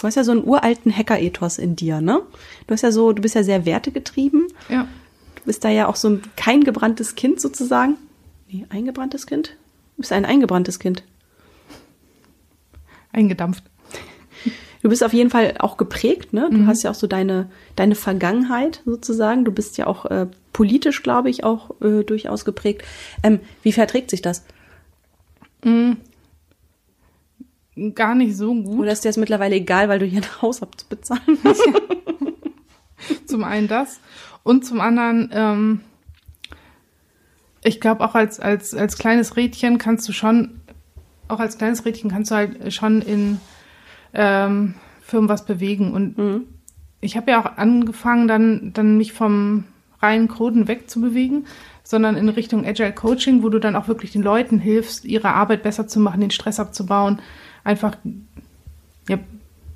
[SPEAKER 3] Du hast ja so einen uralten Hacker-Ethos in dir, ne? Du hast ja so, du bist ja sehr wertegetrieben.
[SPEAKER 2] Ja.
[SPEAKER 3] Du bist da ja auch so ein, kein gebranntes Kind sozusagen. Nee, eingebranntes Kind? Du bist ein eingebranntes Kind.
[SPEAKER 2] Eingedampft.
[SPEAKER 3] Du bist auf jeden Fall auch geprägt, ne? Du
[SPEAKER 2] Mhm.
[SPEAKER 3] hast ja auch so deine, deine Vergangenheit sozusagen. Du bist ja auch äh, politisch, glaube ich, auch äh, durchaus geprägt. Ähm, wie verträgt sich das?
[SPEAKER 2] Gar nicht so gut.
[SPEAKER 3] Oder ist dir das mittlerweile egal, weil du hier ein Haus habt
[SPEAKER 2] [LAUGHS]
[SPEAKER 3] zu bezahlen? musst?
[SPEAKER 2] Zum einen das und zum anderen, ähm, ich glaube auch als, als, als kleines Rädchen kannst du schon, auch als kleines Rädchen kannst du halt schon in ähm, Firmen was bewegen. Und ich habe ja auch angefangen, dann, dann mich vom reinen Coden wegzubewegen, sondern in Richtung Agile Coaching, wo du dann auch wirklich den Leuten hilfst, ihre Arbeit besser zu machen, den Stress abzubauen, einfach ja,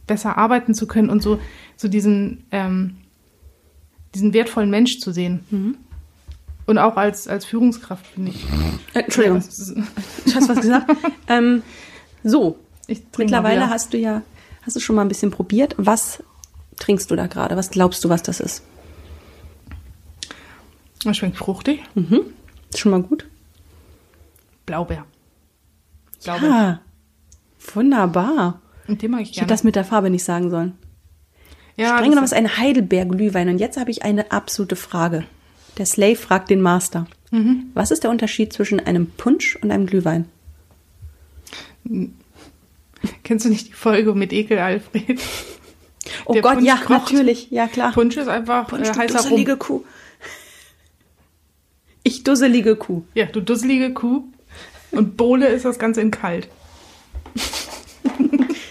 [SPEAKER 2] besser arbeiten zu können und so, so diesen, ähm, diesen wertvollen Mensch zu sehen.
[SPEAKER 3] Mhm.
[SPEAKER 2] Und auch als, als Führungskraft, finde ich.
[SPEAKER 3] Äh, Entschuldigung,
[SPEAKER 2] Das ist-
[SPEAKER 3] ich hast was gesagt.
[SPEAKER 2] [LAUGHS]
[SPEAKER 3] ähm, so,
[SPEAKER 2] Ich trinke mal
[SPEAKER 3] mittlerweile
[SPEAKER 2] wieder.
[SPEAKER 3] hast du ja, hast du schon mal ein bisschen probiert. Was trinkst du da gerade? Was glaubst du, was das ist?
[SPEAKER 2] Das schmeckt fruchtig.
[SPEAKER 3] Ist schon mal gut?
[SPEAKER 2] Blaubeer. Blaubeer.
[SPEAKER 3] Ja. Ah, Wunderbar.
[SPEAKER 2] Und den mag ich
[SPEAKER 3] Ich hätte
[SPEAKER 2] gerne.
[SPEAKER 3] das mit der Farbe nicht sagen sollen.
[SPEAKER 2] ja,
[SPEAKER 3] Streng genommen
[SPEAKER 2] das
[SPEAKER 3] ist ein Heidelberg-Glühwein. Und jetzt habe ich eine absolute Frage. Der Slave fragt den Master.
[SPEAKER 2] Mhm.
[SPEAKER 3] Was ist der Unterschied zwischen einem Punsch und einem Glühwein?
[SPEAKER 2] kennst du nicht die Folge mit Ekel Alfred?
[SPEAKER 3] Oh
[SPEAKER 2] Der
[SPEAKER 3] Gott,
[SPEAKER 2] Punsch
[SPEAKER 3] ja,
[SPEAKER 2] kocht.
[SPEAKER 3] natürlich. Ja, klar.
[SPEAKER 2] Punsch ist einfach
[SPEAKER 3] Punsch,
[SPEAKER 2] äh,
[SPEAKER 3] du
[SPEAKER 2] heißer Rum.
[SPEAKER 3] dusselige Kuh. Ich dusselige Kuh.
[SPEAKER 2] Ja, du dusselige Kuh. Und Bohle ist das Ganze in kalt.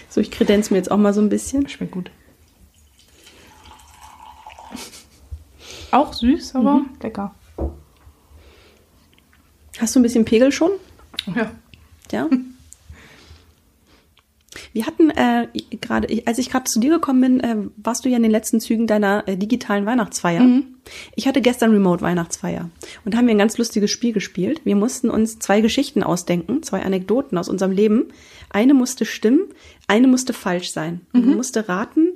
[SPEAKER 3] So, ich kredenz mir jetzt auch mal so ein bisschen.
[SPEAKER 2] Schmeckt gut. Auch süß, aber
[SPEAKER 3] Mhm.
[SPEAKER 2] lecker.
[SPEAKER 3] Hast du ein bisschen Pegel schon?
[SPEAKER 2] Ja.
[SPEAKER 3] Ja. Wir hatten äh, gerade, ich- als ich gerade zu dir gekommen bin, äh, warst du ja in den letzten Zügen deiner äh, digitalen Weihnachtsfeier. Ich hatte gestern Remote Weihnachtsfeier und haben wir ein ganz lustiges Spiel gespielt. Wir mussten uns zwei Geschichten ausdenken, zwei Anekdoten aus unserem Leben. Eine musste stimmen, eine musste falsch sein. Und man musste raten,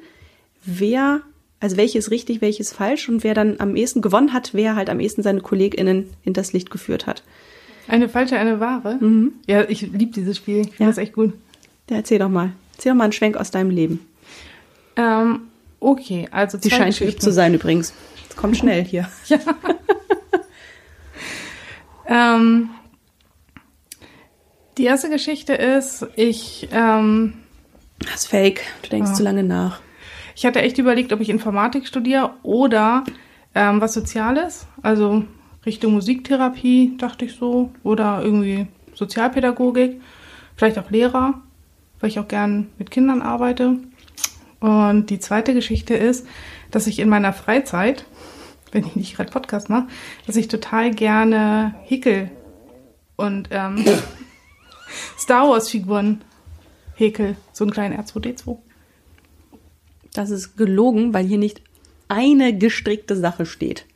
[SPEAKER 3] wer, also welches richtig, welches falsch und wer dann am ehesten gewonnen hat, wer halt am ehesten seine KollegInnen hinters Licht geführt hat.
[SPEAKER 2] Eine falsche, eine wahre. Ja, ich liebe dieses Spiel. Ich finde
[SPEAKER 3] Mhm. Ja.
[SPEAKER 2] das echt gut.
[SPEAKER 3] Ja, erzähl doch mal. Erzähl doch mal einen Schwenk aus deinem Leben.
[SPEAKER 2] Ähm, okay, also
[SPEAKER 3] Sie
[SPEAKER 2] zwei
[SPEAKER 3] scheint geübt
[SPEAKER 2] Geschichten.
[SPEAKER 3] zu sein übrigens. Es kommt schnell hier.
[SPEAKER 2] Ähm, die erste Geschichte ist, ich, ähm,
[SPEAKER 3] Das ist fake. Du denkst zu lange nach.
[SPEAKER 2] ich hatte echt überlegt, ob ich Informatik studiere oder ähm, was Soziales, also Richtung Musiktherapie, dachte ich so, oder irgendwie Sozialpädagogik, vielleicht auch Lehrer, weil ich auch gern mit Kindern arbeite. Und die zweite Geschichte ist, dass ich in meiner Freizeit, wenn ich nicht gerade Podcast mache, dass ich total gerne häkel und ähm, Star Wars-Figuren häkel, so einen kleinen R2D2.
[SPEAKER 3] Das ist gelogen, weil hier nicht eine gestrickte Sache steht.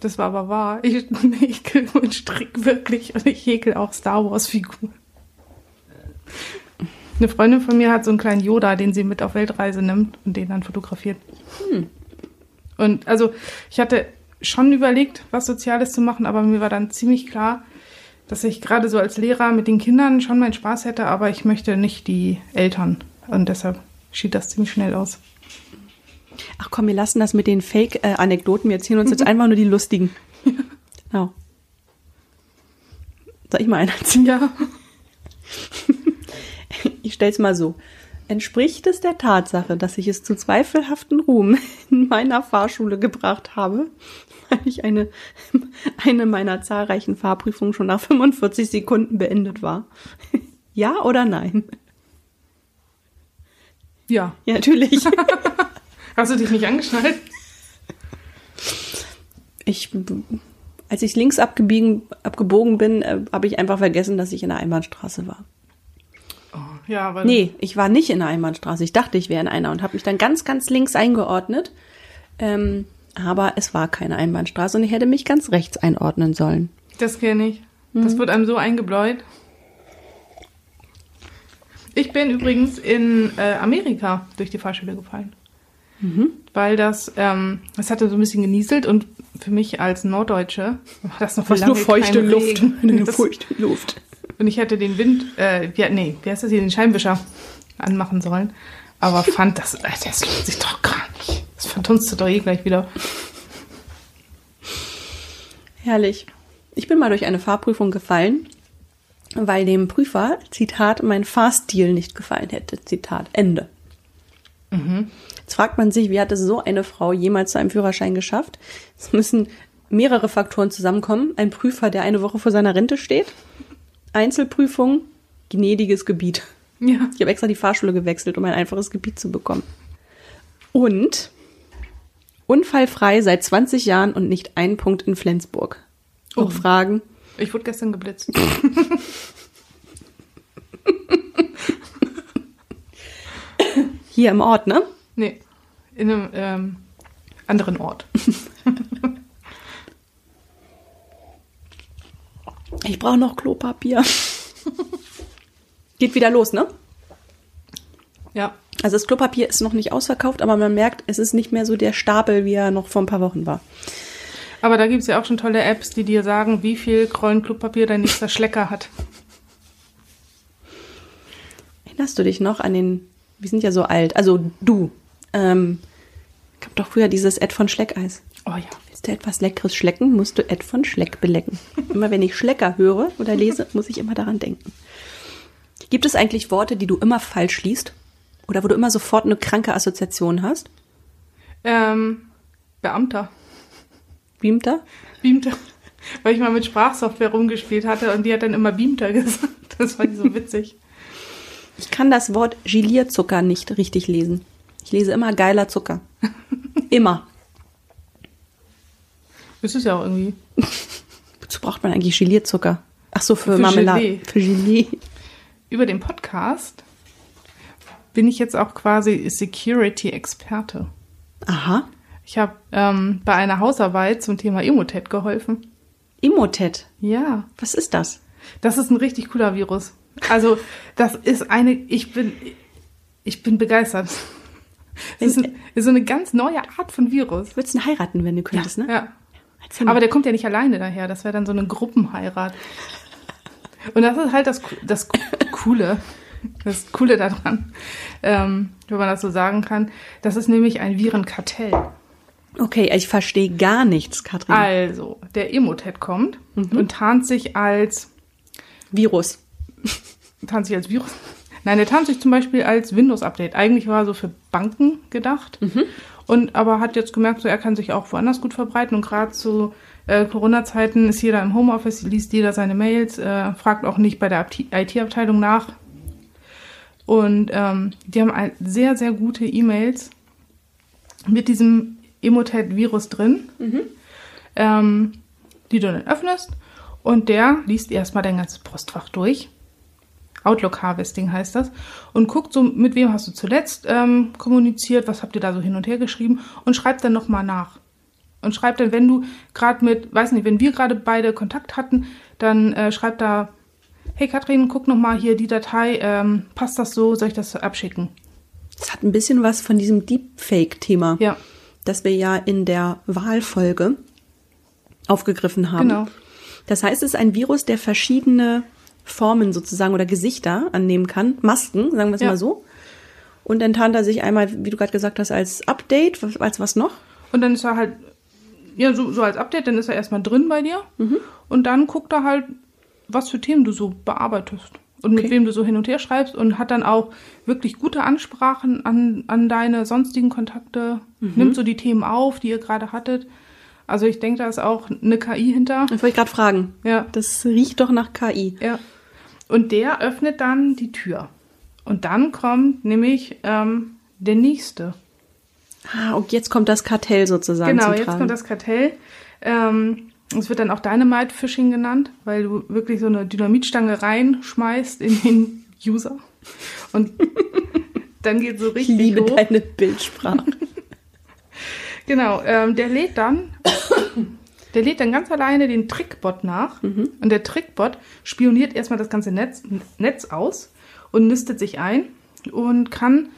[SPEAKER 2] Das war aber wahr. Ich [LAUGHS] häkel also und strick wirklich und ich häkel auch Star Wars Figuren. Eine Freundin von mir hat so einen kleinen Yoda, den sie mit auf Weltreise nimmt und den dann fotografiert. Und also ich hatte schon überlegt, was Soziales zu machen, aber mir war dann ziemlich klar, dass ich gerade so als Lehrer mit den Kindern schon meinen Spaß hätte, aber ich möchte nicht die Eltern. Und deshalb schied das ziemlich schnell aus.
[SPEAKER 3] Ach komm, wir lassen das mit den Fake-Anekdoten. Wir erzählen [LAUGHS] uns jetzt einfach nur die lustigen. Genau. Soll ich mal einen erzählen?
[SPEAKER 2] Ja.
[SPEAKER 3] Ich stell's mal so. Entspricht es der Tatsache, dass ich es zu zweifelhaften Ruhm [LAUGHS] in meiner Fahrschule gebracht habe, [LAUGHS] weil ich eine, [LAUGHS] eine meiner zahlreichen Fahrprüfungen schon nach 45 Sekunden beendet war? [LAUGHS] Ja oder nein? [LAUGHS]
[SPEAKER 2] Ja.
[SPEAKER 3] Ja, natürlich.
[SPEAKER 2] Hast du dich nicht angeschnallt?
[SPEAKER 3] Ich, als ich links abgebiegen, abgebogen bin, äh, habe ich einfach vergessen, dass ich in der Einbahnstraße war.
[SPEAKER 2] Ja, aber
[SPEAKER 3] Nee, ich war nicht in der Einbahnstraße. Ich dachte, ich wäre in einer und habe mich dann ganz, ganz links eingeordnet. Ähm, aber es war keine Einbahnstraße und ich hätte mich ganz rechts einordnen sollen.
[SPEAKER 2] das kenne ich. Das wird einem so eingebläut. Ich bin übrigens in äh, Amerika durch die Fahrschule gefallen. Weil das, ähm, das hatte so ein bisschen genieselt und für mich als Norddeutsche war das noch lange kein [LAUGHS] Regen. Das,
[SPEAKER 3] Luft.
[SPEAKER 2] Und ich hätte den Wind, äh, ja, nee, wie heißt das hier, den Scheinwischer anmachen sollen. Aber fand das, äh, das lohnt sich doch gar nicht. Das verdunstet doch eh gleich wieder.
[SPEAKER 3] Herrlich. Ich bin mal durch eine Fahrprüfung gefallen, weil dem Prüfer, Zitat, mein Fahrstil nicht gefallen hätte. Zitat, Ende. Jetzt fragt man sich, wie hat es so eine Frau jemals zu einem Führerschein geschafft? Es müssen mehrere Faktoren zusammenkommen. Ein Prüfer, der eine Woche vor seiner Rente steht. Einzelprüfung, gnädiges Gebiet.
[SPEAKER 2] Ja.
[SPEAKER 3] Ich habe extra die Fahrschule gewechselt, um ein einfaches Gebiet zu bekommen. Und unfallfrei seit 20 Jahren und nicht ein Punkt in Flensburg. Auch
[SPEAKER 2] Oh.
[SPEAKER 3] Fragen.
[SPEAKER 2] Ich wurde gestern geblitzt.
[SPEAKER 3] Hier im Ort, ne?
[SPEAKER 2] Nee, in einem ähm, anderen Ort. [LAUGHS]
[SPEAKER 3] Ich brauche noch [LAUGHS] Klopapier. Geht wieder los, ne?
[SPEAKER 2] Ja.
[SPEAKER 3] Also das Klopapier ist noch nicht ausverkauft, aber man merkt, es ist nicht mehr so der Stapel, wie er noch vor ein paar Wochen war.
[SPEAKER 2] Aber da gibt es ja auch schon tolle Apps, die dir sagen, wie viel Krollen Klopapier dein nächster Schlecker hat.
[SPEAKER 3] Erinnerst du dich noch an den, wir sind ja so alt, also du, ähm, gab doch früher dieses Ed von Schleckeis.
[SPEAKER 2] Oh ja.
[SPEAKER 3] Willst du etwas Leckeres schlecken, musst du Ed von Schleck belecken. Immer wenn ich Schlecker höre oder lese, muss ich immer daran denken. Gibt es eigentlich Worte, die du immer falsch liest? Oder wo du immer sofort eine kranke Assoziation hast?
[SPEAKER 2] Ähm, Beamter.
[SPEAKER 3] Beamter?
[SPEAKER 2] Beamter. [LAUGHS] Weil ich mal mit Sprachsoftware rumgespielt hatte und die hat dann immer Beamter [LAUGHS] gesagt. Das fand ich so witzig.
[SPEAKER 3] Ich kann das Wort Gelierzucker nicht richtig lesen. Ich lese immer geiler Zucker. [LAUGHS] Immer.
[SPEAKER 2] Ist es ja auch irgendwie.
[SPEAKER 3] Wozu braucht man eigentlich Gelierzucker? Ach so, für,
[SPEAKER 2] Für
[SPEAKER 3] Marmelade.
[SPEAKER 2] Gelee.
[SPEAKER 3] Für Gelee.
[SPEAKER 2] Über den Podcast bin ich jetzt auch quasi Security-Experte.
[SPEAKER 3] Aha.
[SPEAKER 2] Ich habe ähm, bei einer Hausarbeit zum Thema Emotet geholfen.
[SPEAKER 3] Emotet.
[SPEAKER 2] Ja.
[SPEAKER 3] Was ist das?
[SPEAKER 2] Das ist ein richtig cooler Virus. Also, das ist eine, ich bin, ich bin begeistert. Es ist, ein, ist so eine ganz neue Art von Virus.
[SPEAKER 3] Du würdest ihn heiraten, wenn du könntest, ne?
[SPEAKER 2] Ja.
[SPEAKER 3] Erzähl mal.
[SPEAKER 2] Aber der kommt ja nicht alleine daher. Das wäre dann so eine Gruppenheirat. Und das ist halt das, das Coole. Das Coole daran, ähm, wenn man das so sagen kann. Das ist nämlich ein Virenkartell.
[SPEAKER 3] okay, ich verstehe gar nichts, Katrin.
[SPEAKER 2] Also, der Emotet kommt und tarnt sich als
[SPEAKER 3] Virus.
[SPEAKER 2] tarnt sich als Virus. Nein, der tarnt sich zum Beispiel als Windows-Update. Eigentlich war er so für Banken gedacht. Und aber hat jetzt gemerkt, so er kann sich auch woanders gut verbreiten. Und gerade zu äh, Corona-Zeiten ist jeder im Homeoffice, liest jeder seine Mails, äh, fragt auch nicht bei der Abti- IT-Abteilung nach. Und ähm, die haben ein, sehr, sehr gute E-Mails mit diesem Emotet-Virus drin, ähm, die du dann öffnest. Und der liest erstmal dein ganzes Postfach durch. Outlook Harvesting heißt das. Und guckt so, mit wem hast du zuletzt ähm, kommuniziert, was habt ihr da so hin und her geschrieben und schreibt dann nochmal nach. Und schreibt dann, wenn du gerade mit, weiß nicht, wenn wir gerade beide Kontakt hatten, dann äh, schreibt da, hey Katrin, guck noch mal hier die Datei, ähm, passt das so, soll ich das abschicken?
[SPEAKER 3] Das hat ein bisschen was von diesem Deepfake-Thema,
[SPEAKER 2] Ja.
[SPEAKER 3] das wir ja in der Wahlfolge aufgegriffen haben.
[SPEAKER 2] Genau.
[SPEAKER 3] Das heißt, es ist ein Virus, der verschiedene Formen sozusagen oder Gesichter annehmen kann, Masken, sagen wir es
[SPEAKER 2] Ja.
[SPEAKER 3] mal so. Und dann tarnt er sich einmal, wie du gerade gesagt hast, als Update, was- als was noch?
[SPEAKER 2] Und dann ist er halt, ja, so, so als Update, dann ist er erstmal drin bei dir. Und dann guckt er halt, was für Themen du so bearbeitest. Und mit
[SPEAKER 3] Okay.
[SPEAKER 2] wem du so hin und her schreibst und hat dann auch wirklich gute Ansprachen an, an deine sonstigen Kontakte, nimmt so die Themen auf, die ihr gerade hattet. Also ich denke, da ist auch eine KI hinter.
[SPEAKER 3] Das wollte ich gerade fragen.
[SPEAKER 2] Ja.
[SPEAKER 3] Das riecht doch nach KI.
[SPEAKER 2] Ja. Und der öffnet dann die Tür. Und dann kommt nämlich ähm, der nächste.
[SPEAKER 3] Ah, und jetzt kommt das Kartell sozusagen
[SPEAKER 2] Genau,
[SPEAKER 3] zum
[SPEAKER 2] jetzt
[SPEAKER 3] Tragen.
[SPEAKER 2] kommt das Kartell. Ähm, es wird dann auch Dynamite Phishing genannt, weil du wirklich so eine Dynamitstange reinschmeißt in den User.
[SPEAKER 3] [LAUGHS]
[SPEAKER 2] Und dann geht so
[SPEAKER 3] ich
[SPEAKER 2] richtig
[SPEAKER 3] liebe
[SPEAKER 2] hoch.
[SPEAKER 3] deine Bildsprache.
[SPEAKER 2] Genau, ähm, der lädt dann, der lädt dann ganz alleine den Trickbot nach und der Trickbot spioniert erstmal das ganze Netz, Netz aus und nistet sich ein und kann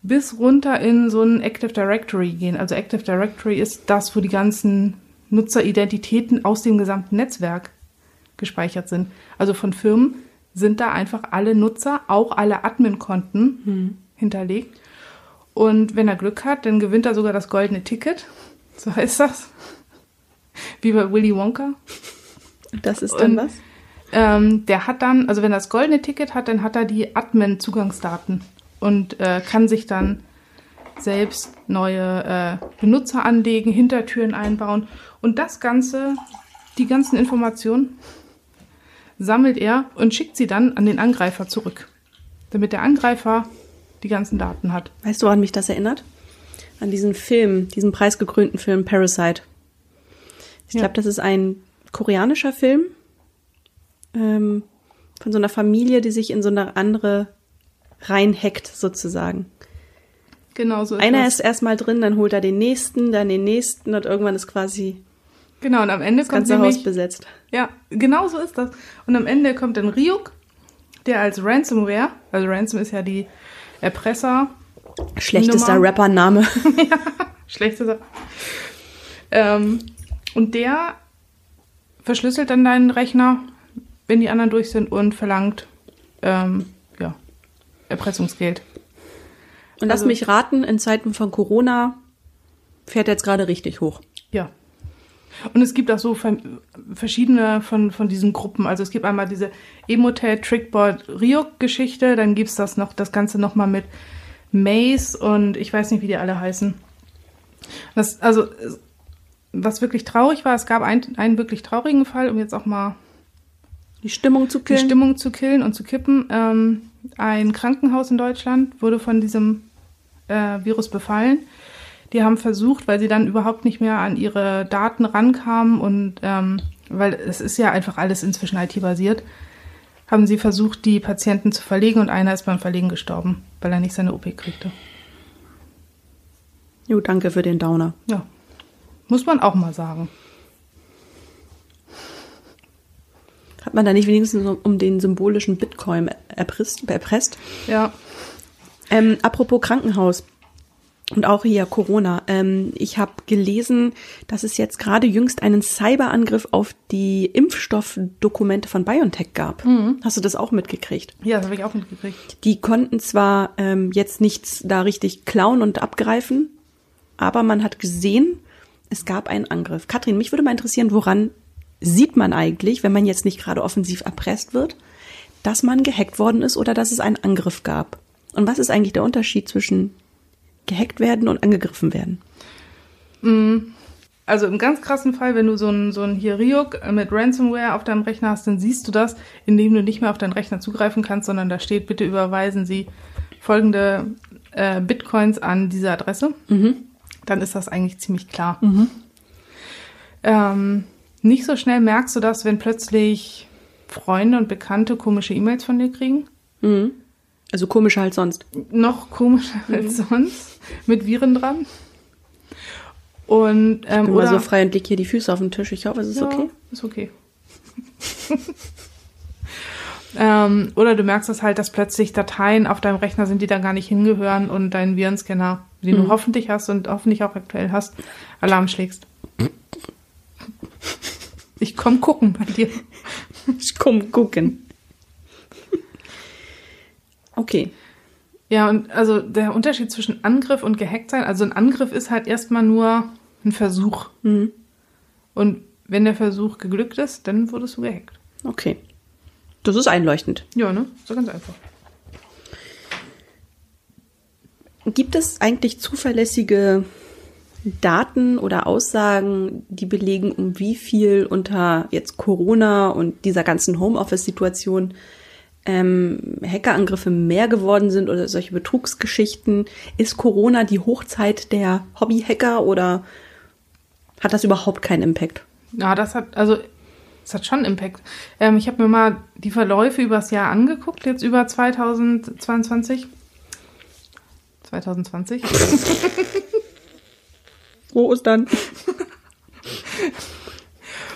[SPEAKER 2] bis runter in so ein Active Directory gehen. Also Active Directory ist das, wo die ganzen Nutzeridentitäten aus dem gesamten Netzwerk gespeichert sind. Also von Firmen sind da einfach alle Nutzer, auch alle Admin-Konten hinterlegt. Und wenn er Glück hat, dann gewinnt er sogar das goldene Ticket. [LAUGHS] So heißt das. Wie bei Willy Wonka.
[SPEAKER 3] Das ist dann
[SPEAKER 2] Und-
[SPEAKER 3] was?
[SPEAKER 2] Ähm, der hat dann, also wenn er das goldene Ticket hat, dann hat er die Admin-Zugangsdaten und äh, kann sich dann selbst neue äh, Benutzer anlegen, Hintertüren einbauen. Und das Ganze, die ganzen Informationen, sammelt er und schickt sie dann an den Angreifer zurück. Damit der Angreifer die ganzen Daten hat.
[SPEAKER 3] Weißt du, woran mich das erinnert? An diesen Film, diesen preisgekrönten Film Parasite. Ich
[SPEAKER 2] Ja.
[SPEAKER 3] glaube, das ist ein koreanischer Film ähm, von so einer Familie, die sich in so eine andere reinhackt sozusagen.
[SPEAKER 2] Genau so ist
[SPEAKER 3] Einer
[SPEAKER 2] das.
[SPEAKER 3] ist erstmal drin, dann holt er den nächsten, dann den nächsten und irgendwann ist quasi
[SPEAKER 2] Genau, und am Ende
[SPEAKER 3] das
[SPEAKER 2] kommt
[SPEAKER 3] ganze Haus
[SPEAKER 2] nämlich,
[SPEAKER 3] besetzt.
[SPEAKER 2] ja, genau so ist das. Und am Ende kommt dann Ryuk, der als Ransomware, also Ransom ist ja die Erpresser,
[SPEAKER 3] Schlechtester
[SPEAKER 2] Nummer-
[SPEAKER 3] Rappername.
[SPEAKER 2] schlechte Sache. Ähm, und der verschlüsselt dann deinen Rechner, wenn die anderen durch sind und verlangt, ähm, ja, Erpressungsgeld.
[SPEAKER 3] [LAUGHS] Und lass
[SPEAKER 2] Also-
[SPEAKER 3] mich raten, in Zeiten von Corona fährt er jetzt gerade richtig hoch.
[SPEAKER 2] Ja. Und es gibt auch so ver verschiedene von, von diesen Gruppen. Also es gibt einmal diese Emotel, Trickboard, Ryuk-Geschichte, dann gibt's das noch, das Ganze nochmal mit Maze und ich weiß nicht, wie die alle heißen. Das, also, es- was wirklich traurig war, es gab ein, einen wirklich traurigen Fall, um jetzt auch mal
[SPEAKER 3] Die Stimmung zu
[SPEAKER 2] die
[SPEAKER 3] killen.
[SPEAKER 2] Stimmung zu killen und zu kippen. Ähm, ein Krankenhaus in Deutschland wurde von diesem äh, Virus befallen. Die haben versucht, weil sie dann überhaupt nicht mehr an ihre Daten rankamen und ähm, weil es ist ja einfach alles inzwischen IT-basiert, haben sie versucht, die Patienten zu verlegen und einer ist beim Verlegen gestorben, weil er nicht seine OP kriegte.
[SPEAKER 3] Jo, danke für den Downer.
[SPEAKER 2] Ja, muss man auch mal sagen.
[SPEAKER 3] Hat man da nicht wenigstens so um den symbolischen Bitcoin erpresst? erpresst?
[SPEAKER 2] Ja,
[SPEAKER 3] Ähm, apropos Krankenhaus und auch hier Corona. Ähm, ich habe gelesen, dass es jetzt gerade jüngst einen Cyberangriff auf die Impfstoffdokumente von BioNTech gab. Hast du das auch mitgekriegt?
[SPEAKER 2] ja, das habe ich auch mitgekriegt.
[SPEAKER 3] Die konnten zwar ähm, jetzt nichts da richtig klauen und abgreifen, aber man hat gesehen, es gab einen Angriff. Katrin, mich würde mal interessieren, woran sieht man eigentlich, wenn man jetzt nicht gerade offensiv erpresst wird, dass man gehackt worden ist oder dass es einen Angriff gab? Und was ist eigentlich der Unterschied zwischen gehackt werden und angegriffen werden?
[SPEAKER 2] Also im ganz krassen Fall, wenn du so einen so einen hier Ryuk mit Ransomware auf deinem Rechner hast, dann siehst du das, indem du nicht mehr auf deinen Rechner zugreifen kannst, sondern da steht, bitte überweisen Sie folgende äh, Bitcoins an diese Adresse.
[SPEAKER 3] Mhm.
[SPEAKER 2] Dann ist das eigentlich ziemlich klar. Ähm, nicht so schnell merkst du das, wenn plötzlich Freunde und Bekannte komische E-Mails von dir kriegen.
[SPEAKER 3] Also komischer als sonst.
[SPEAKER 2] Noch komischer
[SPEAKER 3] Mhm.
[SPEAKER 2] als sonst, mit Viren dran. Und, ähm,
[SPEAKER 3] Ich bin
[SPEAKER 2] oder
[SPEAKER 3] mal so frei und leg hier die Füße auf den Tisch. Ich hoffe, es ist
[SPEAKER 2] ja,
[SPEAKER 3] okay.
[SPEAKER 2] Ist okay. [LAUGHS] Ähm, oder du merkst es halt, dass plötzlich Dateien auf deinem Rechner sind, die da gar nicht hingehören und deinen Virenscanner, den du hoffentlich hast und hoffentlich auch aktuell hast, Alarm schlägst. Ich komm gucken bei dir.
[SPEAKER 3] Ich komm gucken. Okay.
[SPEAKER 2] Ja, und also der Unterschied zwischen Angriff und gehackt sein, also ein Angriff ist halt erstmal nur ein Versuch. Und wenn der Versuch geglückt ist, dann wurdest du gehackt.
[SPEAKER 3] Okay. Das ist einleuchtend.
[SPEAKER 2] Ja, ne? So ganz einfach.
[SPEAKER 3] Gibt es eigentlich zuverlässige Daten oder Aussagen, die belegen, um wie viel unter jetzt Corona und dieser ganzen Homeoffice-Situation ähm, Hackerangriffe mehr geworden sind oder solche Betrugsgeschichten? Ist Corona die Hochzeit der Hobby-Hacker oder hat das überhaupt keinen Impact?
[SPEAKER 2] Ja, das hat, also, das hat schon Impact. Ähm, ich habe mir mal die Verläufe übers Jahr angeguckt, jetzt über 2022. 2020.
[SPEAKER 3] Frohe Ostern.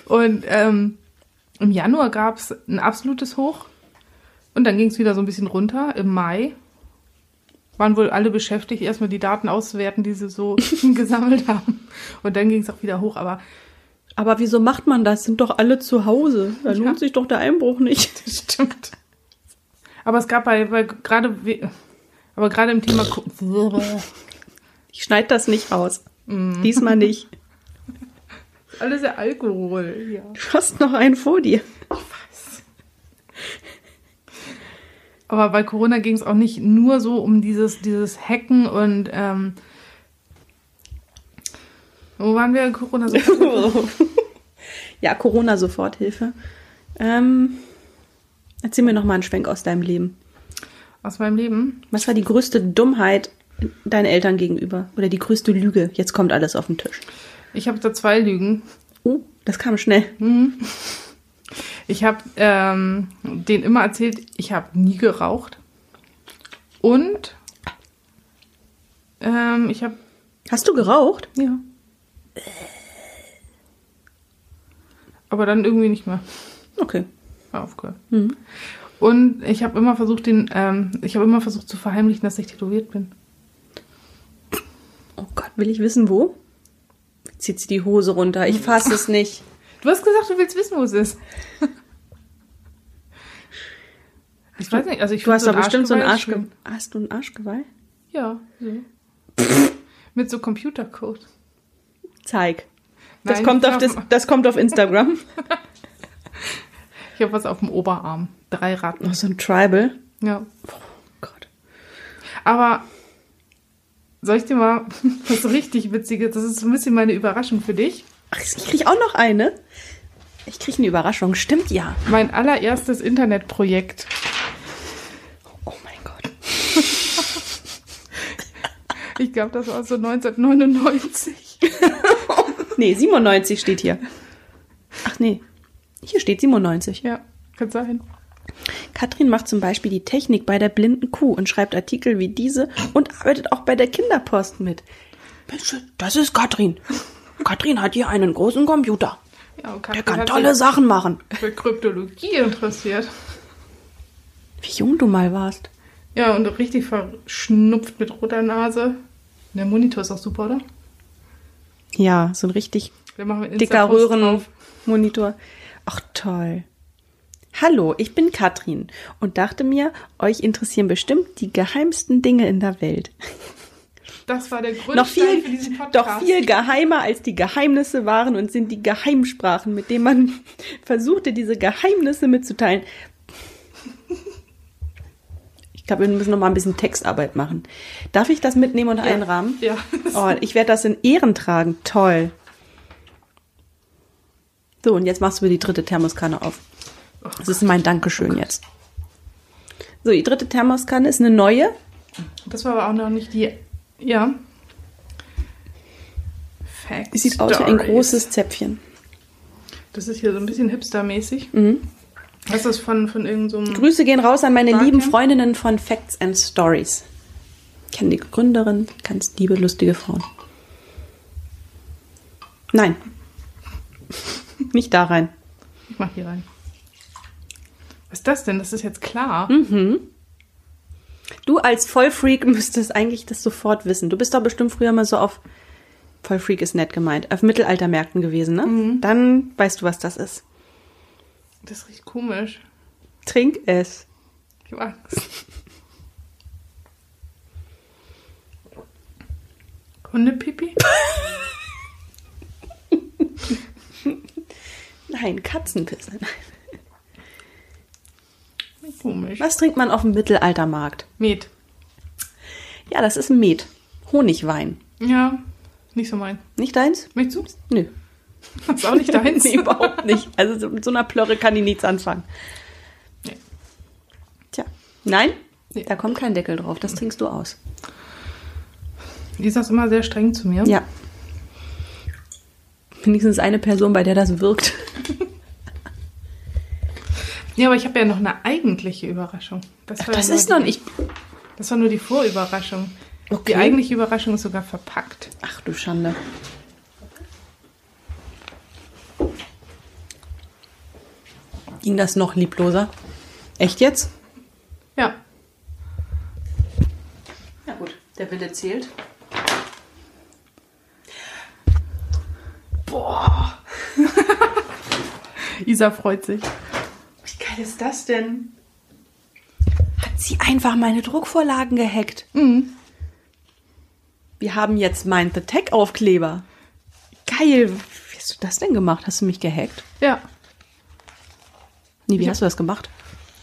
[SPEAKER 2] Und ähm, im Januar gab es ein absolutes Hoch. Und dann ging es wieder so ein bisschen runter. Im Mai waren wohl alle beschäftigt, erstmal die Daten auszuwerten, die sie so [LAUGHS] gesammelt haben. Und dann ging es auch wieder hoch. Aber
[SPEAKER 3] Aber wieso macht man das? Sind doch alle zu Hause. Da
[SPEAKER 2] Ja.
[SPEAKER 3] lohnt sich doch der Einbruch nicht.
[SPEAKER 2] Stimmt. Aber es gab bei, bei gerade we- aber gerade im Thema Co- [LAUGHS]
[SPEAKER 3] Ich schneide das nicht raus.
[SPEAKER 2] Mhm.
[SPEAKER 3] Diesmal
[SPEAKER 2] [LAUGHS]
[SPEAKER 3] nicht.
[SPEAKER 2] alles der Alkohol. Ja.
[SPEAKER 3] Du hast noch einen
[SPEAKER 2] [LAUGHS]
[SPEAKER 3] vor dir.
[SPEAKER 2] Aber bei Corona ging es auch nicht nur so um dieses dieses Hacken und ähm, wo waren wir in [LAUGHS] Corona? So,
[SPEAKER 3] ja, Corona-Soforthilfe. Ähm, erzähl mir noch mal einen Schwenk aus deinem Leben.
[SPEAKER 2] aus meinem Leben.
[SPEAKER 3] Was war die größte Dummheit deinen Eltern gegenüber? Oder die größte Lüge? Jetzt kommt alles auf den Tisch.
[SPEAKER 2] Ich habe da zwei Lügen.
[SPEAKER 3] Oh, das kam schnell.
[SPEAKER 2] Ich habe ähm, denen immer erzählt, ich habe nie geraucht. Und ähm, ich habe
[SPEAKER 3] Hast du geraucht?
[SPEAKER 2] Ja. Aber dann irgendwie nicht mehr
[SPEAKER 3] Okay.
[SPEAKER 2] aufgehört. Ah,
[SPEAKER 3] Hm.
[SPEAKER 2] Und ich habe immer versucht, den, ähm, ich habe immer versucht zu verheimlichen, dass ich tätowiert bin.
[SPEAKER 3] Oh Gott, will ich wissen, wo? Zieht sie die Hose runter. Ich fasse es nicht.
[SPEAKER 2] Du hast gesagt, du willst wissen, wo es ist. ich weiß nicht, also ich
[SPEAKER 3] Du hast doch
[SPEAKER 2] find
[SPEAKER 3] bestimmt so einen Arsch.
[SPEAKER 2] Arschgeweih
[SPEAKER 3] Hast du einen Arschgeweih?
[SPEAKER 2] schlimm. Ja, so.
[SPEAKER 3] [LAUGHS]
[SPEAKER 2] Mit so Computercode.
[SPEAKER 3] Zeig. Das,
[SPEAKER 2] Nein,
[SPEAKER 3] kommt
[SPEAKER 2] ich
[SPEAKER 3] auf
[SPEAKER 2] glaub-
[SPEAKER 3] das, das kommt auf Instagram.
[SPEAKER 2] Ich habe was auf dem Oberarm. Drei Ratten.
[SPEAKER 3] Oh, so ein Tribal.
[SPEAKER 2] Ja.
[SPEAKER 3] Oh Gott.
[SPEAKER 2] Aber soll ich dir mal [LAUGHS] was richtig Witziges, das ist so ein bisschen meine Überraschung für dich.
[SPEAKER 3] Ach, ich krieg auch noch eine. Ich krieg eine Überraschung. Stimmt ja.
[SPEAKER 2] Mein allererstes Internetprojekt.
[SPEAKER 3] Oh mein Gott.
[SPEAKER 2] Ich glaube, das war so 1999.
[SPEAKER 3] Nee, 97 steht hier. Ach nee. Hier steht 97.
[SPEAKER 2] Ja, kann sein.
[SPEAKER 3] Katrin macht zum Beispiel die Technik bei der blinden Kuh und schreibt Artikel wie diese und arbeitet auch bei der Kinderpost mit. Mensch, das ist Katrin. Katrin hat hier einen großen Computer.
[SPEAKER 2] Ja, und
[SPEAKER 3] Der
[SPEAKER 2] Katrin
[SPEAKER 3] kann
[SPEAKER 2] hat
[SPEAKER 3] tolle
[SPEAKER 2] sich
[SPEAKER 3] Sachen machen.
[SPEAKER 2] für Kryptologie interessiert.
[SPEAKER 3] Wie jung du mal warst.
[SPEAKER 2] Ja, und richtig verschnupft mit roter Nase. Der Monitor ist auch super, oder?
[SPEAKER 3] Ja, so ein richtig
[SPEAKER 2] Wir machen einen
[SPEAKER 3] dicker
[SPEAKER 2] Insta-Post drauf.
[SPEAKER 3] Röhrenmonitor. Ach toll. Hallo, ich bin Katrin und dachte mir, euch interessieren bestimmt die geheimsten Dinge in der Welt.
[SPEAKER 2] Das war der Grundstein
[SPEAKER 3] [LAUGHS] noch viel,
[SPEAKER 2] für diesen Podcast.
[SPEAKER 3] doch viel geheimer als die Geheimnisse waren und sind die Geheimsprachen, mit denen man [LAUGHS] versuchte, diese Geheimnisse mitzuteilen. Ich glaube, wir müssen noch mal ein bisschen Textarbeit machen. Darf ich das mitnehmen und einrahmen?
[SPEAKER 2] Ja.
[SPEAKER 3] Oh, ich werde das in Ehren tragen. Toll. So, und jetzt machst du mir die dritte Thermoskanne auf. Das ist mein Dankeschön jetzt. So, die dritte Thermoskanne ist eine neue.
[SPEAKER 2] [LAUGHS] Das war aber auch noch nicht die. Ja. Fact
[SPEAKER 3] Sieht aus wie ein
[SPEAKER 2] Stories.
[SPEAKER 3] großes Zäpfchen.
[SPEAKER 2] Das ist hier so ein bisschen hipstermäßig.
[SPEAKER 3] Mhm.
[SPEAKER 2] Das ist von, von irgendeinem. So einem-
[SPEAKER 3] Grüße gehen raus an meine
[SPEAKER 2] Danke.
[SPEAKER 3] lieben Freundinnen von Facts and Stories. Kennen die Gründerin, ganz liebe, lustige Frauen. Nein. Nicht da rein.
[SPEAKER 2] ich mach hier rein. Was ist das denn? Das ist jetzt klar.
[SPEAKER 3] Hm? Du als Vollfreak [LAUGHS] müsstest eigentlich das sofort wissen. Du bist doch bestimmt früher mal so auf Vollfreak ist nett gemeint, auf Mittelaltermärkten gewesen, ne?
[SPEAKER 2] Mhm.
[SPEAKER 3] Dann weißt du, was das ist.
[SPEAKER 2] Das riecht komisch.
[SPEAKER 3] Trink es.
[SPEAKER 2] Ich hab
[SPEAKER 3] [LAUGHS]
[SPEAKER 2] Angst. Hundepipi?
[SPEAKER 3] Nein, Katzenpisse. Nein.
[SPEAKER 2] Komisch.
[SPEAKER 3] Was trinkt man auf dem Mittelaltermarkt?
[SPEAKER 2] Met.
[SPEAKER 3] Ja, das ist Met. Honigwein.
[SPEAKER 2] Ja, nicht so mein.
[SPEAKER 3] Nicht deins?
[SPEAKER 2] Möchtest du?
[SPEAKER 3] Nö.
[SPEAKER 2] Das ist auch nicht deins.
[SPEAKER 3] [LAUGHS] nee, überhaupt nicht. Also so- mit so einer Plörre kann ich nichts anfangen.
[SPEAKER 2] Nee.
[SPEAKER 3] Tja. Nein?
[SPEAKER 2] Nee.
[SPEAKER 3] Da kommt kein Deckel drauf. Das trinkst du aus.
[SPEAKER 2] Lisa ist immer sehr streng zu mir.
[SPEAKER 3] Ja. Wenigstens eine Person, bei der das wirkt.
[SPEAKER 2] Ja, aber ich habe ja noch eine eigentliche Überraschung. Das, war
[SPEAKER 3] Das
[SPEAKER 2] nur
[SPEAKER 3] ist noch
[SPEAKER 2] die-
[SPEAKER 3] nicht.
[SPEAKER 2] Das war nur die Vorüberraschung.
[SPEAKER 3] Okay.
[SPEAKER 2] Die eigentliche Überraschung ist sogar verpackt.
[SPEAKER 3] Ach du Schande. Ging das noch liebloser? Echt jetzt?
[SPEAKER 2] Ja.
[SPEAKER 3] Na gut, der Wille zählt.
[SPEAKER 2] Isa freut sich.
[SPEAKER 3] Wie geil ist das denn? Hat sie einfach meine Druckvorlagen gehackt? Wir haben jetzt mein The Tech Aufkleber. Geil. Wie hast du das denn gemacht? Hast du mich gehackt?
[SPEAKER 2] Ja.
[SPEAKER 3] Nee, wie
[SPEAKER 2] Ja.
[SPEAKER 3] hast du das gemacht?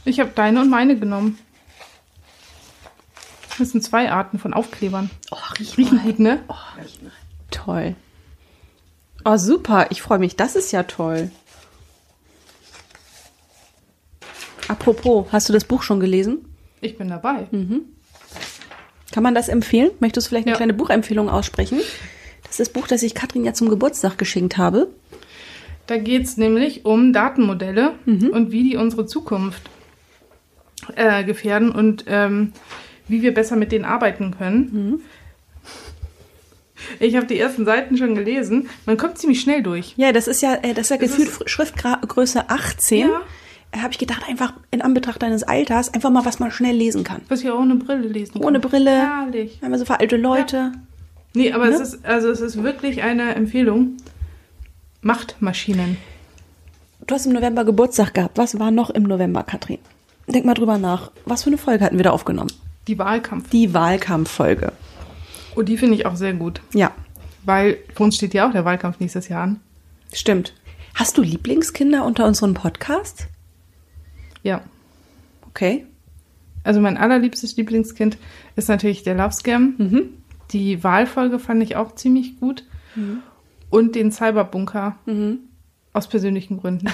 [SPEAKER 2] Ich habe deine und meine genommen. Das sind zwei Arten von Aufklebern.
[SPEAKER 3] Oh, riech
[SPEAKER 2] Riechen gut, ne?
[SPEAKER 3] Toll. Oh, super. Ich freue mich. Das ist ja toll. Apropos, hast du das Buch schon gelesen?
[SPEAKER 2] Ich bin dabei.
[SPEAKER 3] Hm. Kann man das empfehlen? Möchtest du vielleicht eine
[SPEAKER 2] Ja.
[SPEAKER 3] kleine Buchempfehlung aussprechen? Das ist das Buch, das ich Katrin ja zum Geburtstag geschenkt habe.
[SPEAKER 2] Da geht's nämlich um Datenmodelle
[SPEAKER 3] Mhm.
[SPEAKER 2] und wie die unsere Zukunft äh, gefährden und ähm, wie wir besser mit denen arbeiten können.
[SPEAKER 3] Mhm.
[SPEAKER 2] Ich habe die ersten Seiten schon gelesen. Man kommt ziemlich schnell durch.
[SPEAKER 3] Ja, das ist ja, äh, das ist ja
[SPEAKER 2] Das
[SPEAKER 3] gefühlt Schriftgröße 18.
[SPEAKER 2] Ja.
[SPEAKER 3] Äh, Habe ich gedacht, einfach in Anbetracht deines Alters, einfach mal, was man schnell lesen kann.
[SPEAKER 2] Was ich auch ohne Brille lesen kann.
[SPEAKER 3] Ohne Brille. Ne?
[SPEAKER 2] Herrlich.
[SPEAKER 3] Haben wir so alte Leute.
[SPEAKER 2] Nee, aber es ist also es ist wirklich eine Empfehlung. Macht Maschinen.
[SPEAKER 3] Du hast im November Geburtstag gehabt. Was war noch im November, Katrin? Denk mal drüber nach. Was für eine Folge hatten wir da aufgenommen?
[SPEAKER 2] Die Wahlkampf.
[SPEAKER 3] Die Wahlkampffolge.
[SPEAKER 2] Und die finde ich auch sehr gut.
[SPEAKER 3] Ja,
[SPEAKER 2] Weil für uns steht ja auch der Wahlkampf nächstes Jahr an.
[SPEAKER 3] stimmt. Hast du Lieblingskinder unter unserem Podcast?
[SPEAKER 2] Ja.
[SPEAKER 3] Okay.
[SPEAKER 2] Also mein allerliebstes Lieblingskind ist natürlich der Love Scam. Die Wahlfolge fand ich auch ziemlich gut. Und den Cyberbunker. Aus persönlichen Gründen.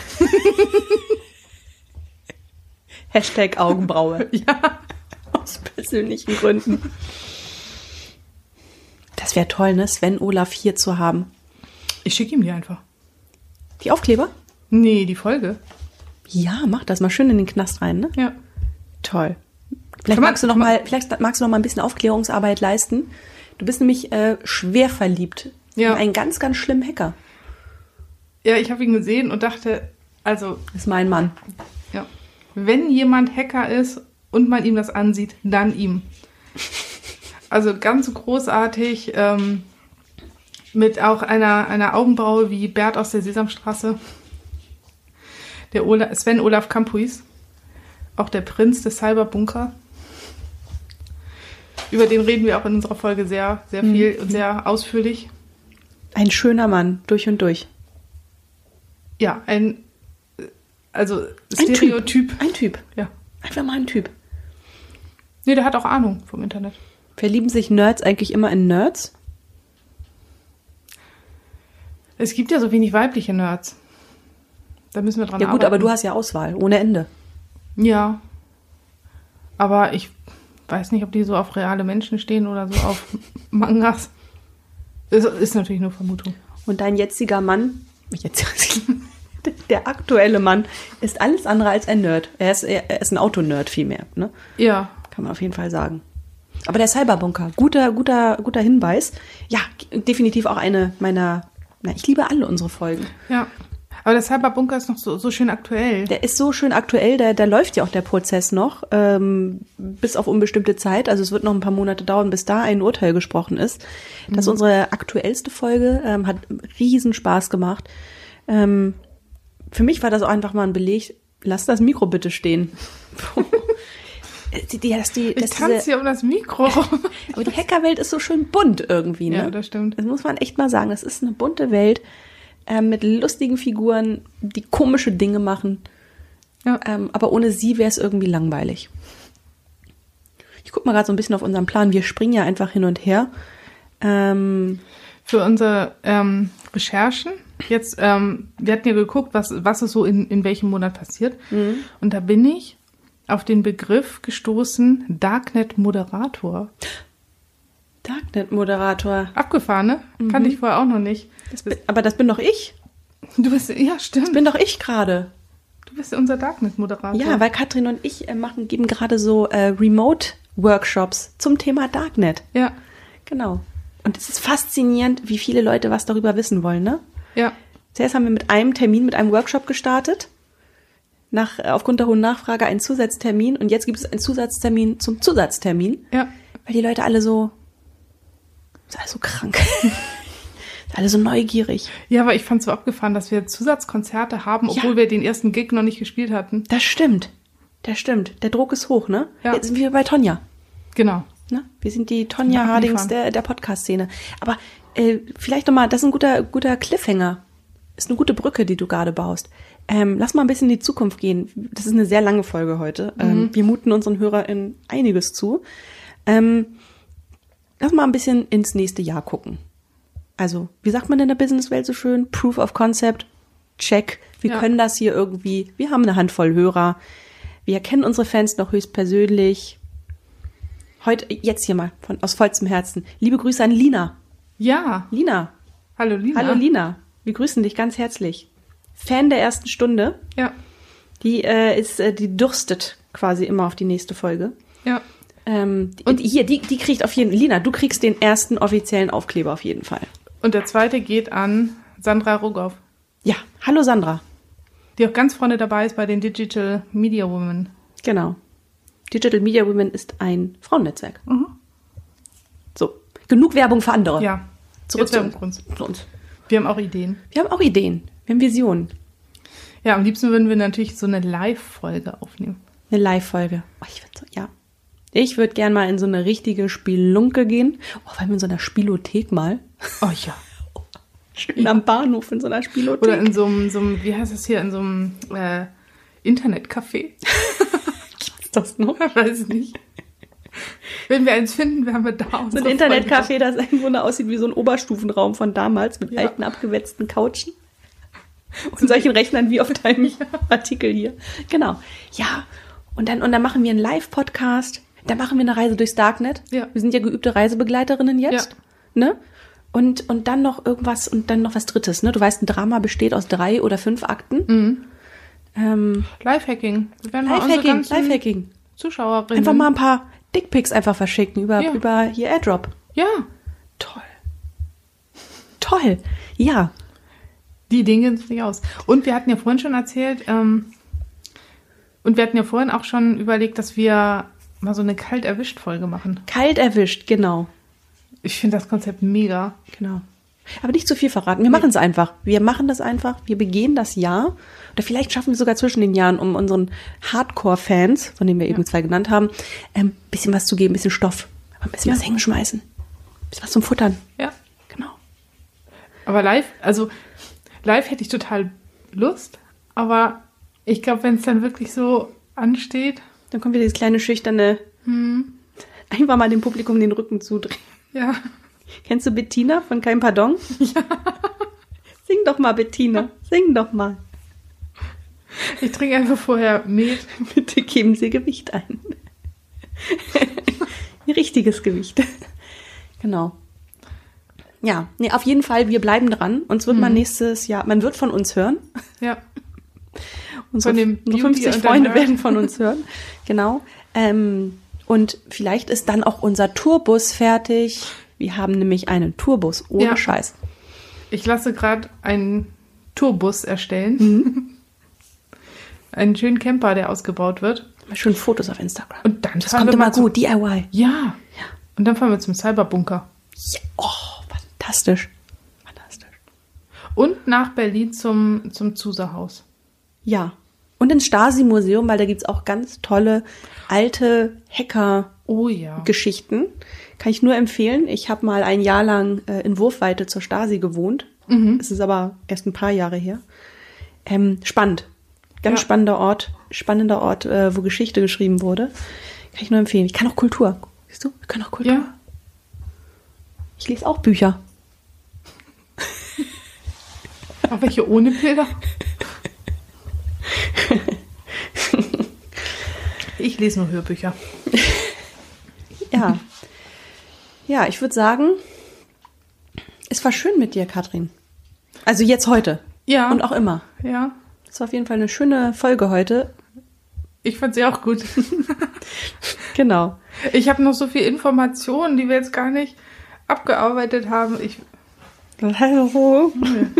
[SPEAKER 3] Hashtag [LAUGHS] Augenbraue.
[SPEAKER 2] ja.
[SPEAKER 3] Aus persönlichen Gründen. Das wäre toll, ne? Sven Olaf hier zu haben.
[SPEAKER 2] Ich schicke ihm die einfach.
[SPEAKER 3] Die Aufkleber?
[SPEAKER 2] Nee, die Folge.
[SPEAKER 3] Ja, mach das mal schön in den Knast rein, ne?
[SPEAKER 2] Ja.
[SPEAKER 3] Toll. Vielleicht
[SPEAKER 2] man-
[SPEAKER 3] magst, du noch mal, vielleicht magst du noch mal ein bisschen Aufklärungsarbeit leisten. Du bist nämlich äh, schwer verliebt
[SPEAKER 2] Ja.
[SPEAKER 3] in einen ganz, ganz schlimmen Hacker.
[SPEAKER 2] Ja, ich habe ihn gesehen und dachte, also,
[SPEAKER 3] Das ist mein Mann.
[SPEAKER 2] ja. Wenn jemand Hacker ist und man ihm das ansieht, dann
[SPEAKER 3] [LAUGHS]
[SPEAKER 2] ihm. Also ganz großartig, ähm, mit auch einer, einer Augenbraue wie Bert aus der Sesamstraße. Der Ola Sven Olaf Kampuis, auch der Prinz des Cyberbunker. Über den reden wir auch in unserer Folge sehr, sehr
[SPEAKER 3] Mhm.
[SPEAKER 2] viel und sehr ausführlich.
[SPEAKER 3] Ein schöner Mann, durch und durch.
[SPEAKER 2] Ja, ein, äh, also
[SPEAKER 3] Ein
[SPEAKER 2] Stereotyp.
[SPEAKER 3] Typ. Ein Typ.
[SPEAKER 2] Ja.
[SPEAKER 3] Einfach mal ein Typ.
[SPEAKER 2] Nee, der hat auch Ahnung vom Internet.
[SPEAKER 3] Verlieben sich Nerds eigentlich immer in Nerds?
[SPEAKER 2] Es gibt ja so wenig weibliche Nerds. Da müssen wir dran
[SPEAKER 3] Ja
[SPEAKER 2] arbeiten.
[SPEAKER 3] gut, aber du hast ja Auswahl, ohne Ende.
[SPEAKER 2] Ja. Aber ich weiß nicht, ob die so auf reale Menschen stehen oder so
[SPEAKER 3] [LAUGHS]
[SPEAKER 2] auf Mangas. Ist, ist natürlich nur Vermutung.
[SPEAKER 3] Und dein jetziger Mann, jetzt, [LAUGHS] der aktuelle Mann, ist alles andere als ein Nerd. Er ist, er ist ein Autonerd vielmehr, ne?
[SPEAKER 2] Ja.
[SPEAKER 3] Kann man auf jeden Fall sagen. Aber der Cyberbunker, guter, guter, guter Hinweis. Ja, definitiv auch eine meiner. Na, ich liebe alle unsere Folgen.
[SPEAKER 2] Ja. Aber der Cyberbunker ist noch so, so schön aktuell.
[SPEAKER 3] Der ist so schön aktuell, da, da läuft ja auch der Prozess noch, ähm, bis auf unbestimmte Zeit. Also es wird noch ein paar Monate dauern, bis da ein Urteil gesprochen ist. Das ist
[SPEAKER 2] Mhm.
[SPEAKER 3] unsere aktuellste Folge, ähm, hat riesen Spaß gemacht. Ähm, für mich war das auch einfach mal ein Beleg, lass das Mikro bitte stehen. [LAUGHS] die, die, dass die,
[SPEAKER 2] ich
[SPEAKER 3] dass diese-
[SPEAKER 2] tanze hier um das Mikro
[SPEAKER 3] [LAUGHS]
[SPEAKER 2] rum.
[SPEAKER 3] aber die Hackerwelt ist so schön bunt irgendwie, ne?
[SPEAKER 2] Ja, das stimmt.
[SPEAKER 3] Das muss man echt mal sagen. Das ist eine bunte Welt ähm, mit lustigen Figuren, die komische Dinge machen.
[SPEAKER 2] Ja.
[SPEAKER 3] Ähm, aber ohne sie wäre es irgendwie langweilig. Ich guck mal gerade so ein bisschen auf unseren Plan. Wir springen ja einfach hin und her. Ähm,
[SPEAKER 2] Für unsere ähm, Recherchen. Jetzt, ähm, wir hatten ja geguckt, was, was ist so in, in welchem Monat passiert.
[SPEAKER 3] Mhm.
[SPEAKER 2] Und da bin ich auf den Begriff gestoßen, Darknet-Moderator.
[SPEAKER 3] Darknet-Moderator.
[SPEAKER 2] Abgefahren, ne?
[SPEAKER 3] Mhm.
[SPEAKER 2] Kannte ich vorher auch noch nicht.
[SPEAKER 3] Das bin- Aber das bin doch ich.
[SPEAKER 2] Du bist, ja,
[SPEAKER 3] Das
[SPEAKER 2] stimmt.
[SPEAKER 3] bin doch ich gerade.
[SPEAKER 2] Du bist unser Darknet-Moderator.
[SPEAKER 3] Ja, weil Katrin und ich äh, machen, geben gerade so äh, Remote-Workshops zum Thema Darknet.
[SPEAKER 2] Ja,
[SPEAKER 3] Genau. Und es ist faszinierend, wie viele Leute was darüber wissen wollen, ne?
[SPEAKER 2] ja.
[SPEAKER 3] Zuerst haben wir mit einem Termin, mit einem Workshop gestartet. Nach, äh, aufgrund der hohen Nachfrage einen Zusatztermin. Und jetzt gibt es einen Zusatztermin zum Zusatztermin.
[SPEAKER 2] Ja.
[SPEAKER 3] Weil die Leute alle so, ist alle so krank. [LAUGHS] Sind alle so neugierig.
[SPEAKER 2] Ja, aber ich fand so abgefahren, dass wir Zusatzkonzerte haben,
[SPEAKER 3] Ja.
[SPEAKER 2] obwohl wir den ersten Gig noch nicht gespielt hatten.
[SPEAKER 3] Das stimmt. Das stimmt. Der Druck ist hoch, ne?
[SPEAKER 2] Ja.
[SPEAKER 3] Jetzt sind wir bei Tonja.
[SPEAKER 2] Genau.
[SPEAKER 3] Ne? Wir sind die Tonja
[SPEAKER 2] Ja,
[SPEAKER 3] Hardings
[SPEAKER 2] abliefern.
[SPEAKER 3] der, der Podcast-Szene. Aber äh, vielleicht nochmal, das ist ein guter, guter Cliffhanger. Ist eine gute Brücke, die du gerade baust. Ähm, lass mal ein bisschen in die Zukunft gehen. Das ist eine sehr lange Folge heute. Ähm, wir muten unseren HörerInnen einiges zu. Ähm, lass mal ein bisschen ins nächste Jahr gucken. Also, wie sagt man in der Businesswelt so schön? Proof of Concept, check. Wir
[SPEAKER 2] Ja.
[SPEAKER 3] können das hier irgendwie. Wir haben eine Handvoll Hörer. Wir kennen unsere Fans noch höchstpersönlich. Heute, jetzt hier mal, von, aus vollstem Herzen. Liebe Grüße an Lina.
[SPEAKER 2] Ja.
[SPEAKER 3] Lina.
[SPEAKER 2] Hallo Lina.
[SPEAKER 3] Hallo Lina. Wir grüßen dich ganz herzlich. Fan der ersten Stunde.
[SPEAKER 2] Ja,
[SPEAKER 3] Die äh, ist, äh, die durstet quasi immer auf die nächste Folge.
[SPEAKER 2] ja.
[SPEAKER 3] Ähm, und hier, die, die kriegt auf jeden Lina, du kriegst den ersten offiziellen Aufkleber auf jeden Fall.
[SPEAKER 2] Und der zweite geht an Sandra Rogoff,
[SPEAKER 3] Ja, hallo Sandra.
[SPEAKER 2] die auch ganz vorne dabei ist bei den Digital Media Women.
[SPEAKER 3] Genau. Digital Media Women ist ein Frauennetzwerk. So, genug Werbung für andere.
[SPEAKER 2] Mhm. Ja.
[SPEAKER 3] Zurück
[SPEAKER 2] Jetzt
[SPEAKER 3] zu
[SPEAKER 2] Werbung für uns.
[SPEAKER 3] Zu uns.
[SPEAKER 2] Wir haben auch Ideen.
[SPEAKER 3] Wir haben auch Ideen. Wir haben Visionen.
[SPEAKER 2] Ja, am liebsten würden wir natürlich so eine Live-Folge aufnehmen.
[SPEAKER 3] Eine Live-Folge. Oh, ich würde so, ja. Ich würde gern mal in so eine richtige Spielunke gehen. Oh, weil wir in so einer Spielothek mal. [LAUGHS]
[SPEAKER 2] Oh ja.
[SPEAKER 3] Schön am Bahnhof in so einer Spielothek.
[SPEAKER 2] Oder in so einem, so einem wie heißt das hier, in so einem äh,
[SPEAKER 3] [LAUGHS]
[SPEAKER 2] Internetcafé?
[SPEAKER 3] ist das noch?
[SPEAKER 2] Ich weiß nicht. Wenn wir eins finden, werden wir da
[SPEAKER 3] So ein Internetcafé, das im Grunde aussieht wie so ein Oberstufenraum von damals mit
[SPEAKER 2] Ja.
[SPEAKER 3] alten
[SPEAKER 2] [LAUGHS]
[SPEAKER 3] abgewetzten Couchen und solchen Rechnern wie auf deinem Artikel hier. Genau. Ja. Und dann, und dann machen wir einen Live-Podcast. Dann machen wir eine Reise durchs Darknet.
[SPEAKER 2] Ja.
[SPEAKER 3] Wir sind ja geübte Reisebegleiterinnen jetzt.
[SPEAKER 2] Ja.
[SPEAKER 3] Ne? Und, und dann noch irgendwas und dann noch was Drittes. Ne? Du weißt, ein Drama besteht aus drei oder fünf Akten.
[SPEAKER 2] Mhm.
[SPEAKER 3] Ähm,
[SPEAKER 2] Lifehacking. Wir werden mal unsere
[SPEAKER 3] Lifehacking,
[SPEAKER 2] ganzen
[SPEAKER 3] Lifehacking.
[SPEAKER 2] mhm. Zuschauerinnen.
[SPEAKER 3] Einfach mal ein paar Dickpics einfach verschicken über,
[SPEAKER 2] Ja.
[SPEAKER 3] über hier Airdrop.
[SPEAKER 2] Ja,
[SPEAKER 3] Toll. Toll. Ja.
[SPEAKER 2] die Dinge gehen sich nicht aus. Und wir hatten ja vorhin schon erzählt, ähm, und wir hatten ja vorhin auch schon überlegt, dass wir mal so eine kalt erwischt Folge machen.
[SPEAKER 3] Kalt erwischt, genau.
[SPEAKER 2] Ich finde das Konzept mega.
[SPEAKER 3] Genau. Aber nicht zu viel verraten. Wir machen es einfach. Wir machen das einfach. Wir begehen das Jahr. Oder vielleicht schaffen wir es sogar zwischen den Jahren, um unseren Hardcore-Fans, von denen wir eben zwei genannt haben, ein ähm, bisschen was zu geben, ein bisschen Stoff. Aber ein bisschen
[SPEAKER 2] Ja.
[SPEAKER 3] was hängen schmeißen. Ein bisschen was zum Futtern.
[SPEAKER 2] Ja.
[SPEAKER 3] Genau.
[SPEAKER 2] Aber live, also live hätte ich total Lust, aber ich glaube, wenn es dann wirklich so ansteht,
[SPEAKER 3] Dann kommt wieder dieses kleine schüchterne, einfach mal dem Publikum den Rücken zudrehen.
[SPEAKER 2] ja. [LAUGHS]
[SPEAKER 3] Kennst du Bettina von Kein Pardon? Ja. Sing doch mal, Bettina. Sing doch mal.
[SPEAKER 2] Ich trinke einfach vorher Met.
[SPEAKER 3] [LAUGHS] Bitte geben Sie Gewicht ein. [LAUGHS] Ihr richtiges Gewicht. Genau. Ja, nee, auf jeden Fall, wir bleiben dran. Uns wird
[SPEAKER 2] Mhm.
[SPEAKER 3] man nächstes Jahr, man wird von uns hören.
[SPEAKER 2] Ja.
[SPEAKER 3] Unsere,
[SPEAKER 2] Von dem
[SPEAKER 3] unsere
[SPEAKER 2] Beauty
[SPEAKER 3] 50
[SPEAKER 2] und dem
[SPEAKER 3] Freunde
[SPEAKER 2] Nerd.
[SPEAKER 3] werden von
[SPEAKER 2] [LAUGHS]
[SPEAKER 3] uns hören. Genau. Ähm, und vielleicht ist dann auch unser Tourbus fertig. Wir haben nämlich einen Tourbus, ohne
[SPEAKER 2] Ja.
[SPEAKER 3] Scheiß.
[SPEAKER 2] Ich lasse gerade einen Tourbus erstellen.
[SPEAKER 3] Mhm.
[SPEAKER 2] Einen schönen Camper, der ausgebaut wird.
[SPEAKER 3] Schön Fotos auf Instagram.
[SPEAKER 2] Und dann
[SPEAKER 3] das
[SPEAKER 2] fahren
[SPEAKER 3] kommt
[SPEAKER 2] wir mal
[SPEAKER 3] immer
[SPEAKER 2] zu-
[SPEAKER 3] gut, DIY.
[SPEAKER 2] Ja. Und dann fahren wir zum Cyberbunker.
[SPEAKER 3] Ja. Oh, fantastisch. Fantastisch.
[SPEAKER 2] Und nach Berlin zum, zum Zusa-Haus.
[SPEAKER 3] Ja. Und ins Stasi-Museum, weil da gibt's auch ganz tolle alte Hacker-Geschichten.
[SPEAKER 2] Oh ja.
[SPEAKER 3] Kann ich nur empfehlen. Ich habe mal ein Jahr lang äh, in Wurfweite zur Stasi gewohnt.
[SPEAKER 2] Mhm.
[SPEAKER 3] Es ist aber erst ein paar Jahre her. Ähm, spannend. Ganz
[SPEAKER 2] Ja.
[SPEAKER 3] spannender Ort. Spannender Ort, äh, wo Geschichte geschrieben wurde. Kann ich nur empfehlen. Ich kann auch Kultur. Siehst du? Ich kann auch Kultur.
[SPEAKER 2] Ja.
[SPEAKER 3] Ich lese auch Bücher.
[SPEAKER 2] Aber welche ohne Bilder? Ich lese nur Hörbücher.
[SPEAKER 3] [LAUGHS] Ja. Ja, ich würde sagen, es war schön mit dir, Katrin. Also jetzt heute.
[SPEAKER 2] Ja.
[SPEAKER 3] Und auch immer.
[SPEAKER 2] Ja.
[SPEAKER 3] Es war auf jeden Fall eine schöne Folge heute.
[SPEAKER 2] Ich fand sie auch gut.
[SPEAKER 3] Genau.
[SPEAKER 2] Ich habe noch so viel Informationen, die wir jetzt gar nicht abgearbeitet haben. Ich
[SPEAKER 3] Hallo.
[SPEAKER 2] holen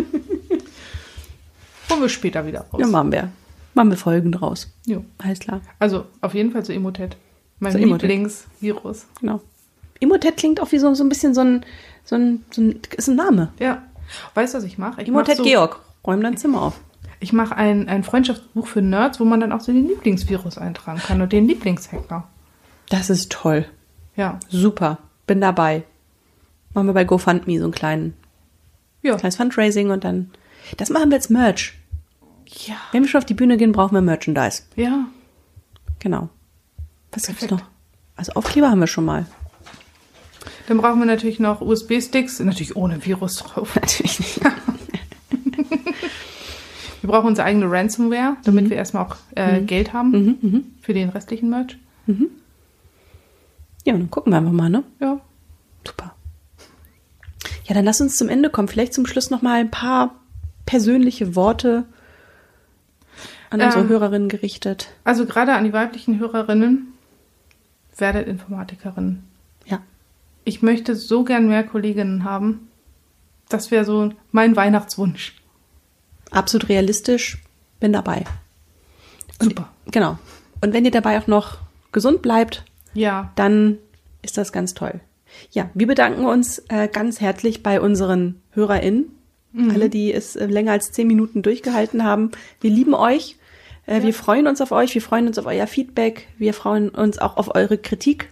[SPEAKER 2] wir später wieder raus.
[SPEAKER 3] Ja, machen wir. Machen wir Folgen draus.
[SPEAKER 2] Jo.
[SPEAKER 3] Alles klar.
[SPEAKER 2] Also auf jeden Fall zu Emotet. Mein
[SPEAKER 3] Zu Emotet.
[SPEAKER 2] Lieblingsvirus.
[SPEAKER 3] Genau. Emotet klingt auch wie so, so ein bisschen so ein, so ein, so ein, ist ein Name.
[SPEAKER 2] Ja. Weißt du, was ich mache? Ich mach
[SPEAKER 3] Emotet
[SPEAKER 2] so,
[SPEAKER 3] Georg. Räum dein Zimmer auf.
[SPEAKER 2] Ich mache ein, ein Freundschaftsbuch für Nerds, wo man dann auch so den Lieblingsvirus eintragen kann und den Lieblingshacker.
[SPEAKER 3] Das ist toll.
[SPEAKER 2] Ja.
[SPEAKER 3] Super. Bin dabei. Machen wir bei GoFundMe so einen kleinen,
[SPEAKER 2] Ja.
[SPEAKER 3] kleines Fundraising und dann. Das machen wir als Merch.
[SPEAKER 2] Ja.
[SPEAKER 3] Wenn wir schon auf die Bühne gehen, brauchen wir Merchandise.
[SPEAKER 2] Ja.
[SPEAKER 3] Genau. Was gibt's
[SPEAKER 2] Perfekt.
[SPEAKER 3] noch? Also Aufkleber haben wir schon mal.
[SPEAKER 2] Dann brauchen wir natürlich noch USB-Sticks, natürlich ohne Virus drauf.
[SPEAKER 3] [LAUGHS] Natürlich nicht.
[SPEAKER 2] [LAUGHS] Wir brauchen unsere eigene Ransomware,
[SPEAKER 3] Mhm.
[SPEAKER 2] damit wir erstmal auch äh, Geld haben für den restlichen Merch.
[SPEAKER 3] Ja, dann gucken wir einfach mal, ne?
[SPEAKER 2] Ja.
[SPEAKER 3] Super. Ja, dann lass uns zum Ende kommen. Vielleicht zum Schluss noch mal ein paar persönliche Worte an unsere
[SPEAKER 2] Ähm.
[SPEAKER 3] Hörerinnen gerichtet.
[SPEAKER 2] Also gerade an die weiblichen Hörerinnen, werdet Informatikerin.
[SPEAKER 3] Ja.
[SPEAKER 2] Ich möchte so gern mehr Kolleginnen haben. Das wäre so mein Weihnachtswunsch.
[SPEAKER 3] Absolut realistisch. Bin dabei.
[SPEAKER 2] Super.
[SPEAKER 3] Genau. Und wenn ihr dabei auch noch gesund bleibt,
[SPEAKER 2] Ja.
[SPEAKER 3] dann ist das ganz toll. Ja, wir bedanken uns äh, ganz herzlich bei unseren HörerInnen. Alle, die es äh, länger als zehn Minuten durchgehalten haben. Wir lieben euch. Äh, Wir freuen uns auf euch. Wir freuen uns auf euer Feedback. Wir freuen uns auch auf eure Kritik.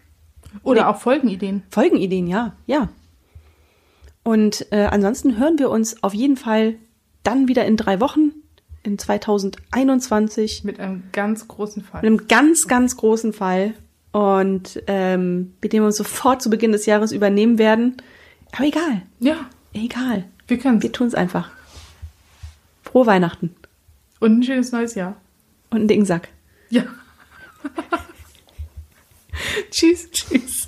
[SPEAKER 2] Oder auch Folgenideen.
[SPEAKER 3] Folgenideen, ja, ja. Und äh, ansonsten hören wir uns auf jeden Fall dann wieder in drei Wochen, in 2021
[SPEAKER 2] Mit einem ganz großen Fall.
[SPEAKER 3] einem ganz, ganz großen Fall und ähm, mit dem wir uns sofort zu Beginn des Jahres übernehmen werden. Aber egal,
[SPEAKER 2] Ja,
[SPEAKER 3] egal.
[SPEAKER 2] wir können
[SPEAKER 3] Wir tun es einfach. Frohe Weihnachten
[SPEAKER 2] Und ein schönes neues Jahr.
[SPEAKER 3] und einen dicken Sack.
[SPEAKER 2] Ja. [LAUGHS] Tschüss.
[SPEAKER 3] Tschüss.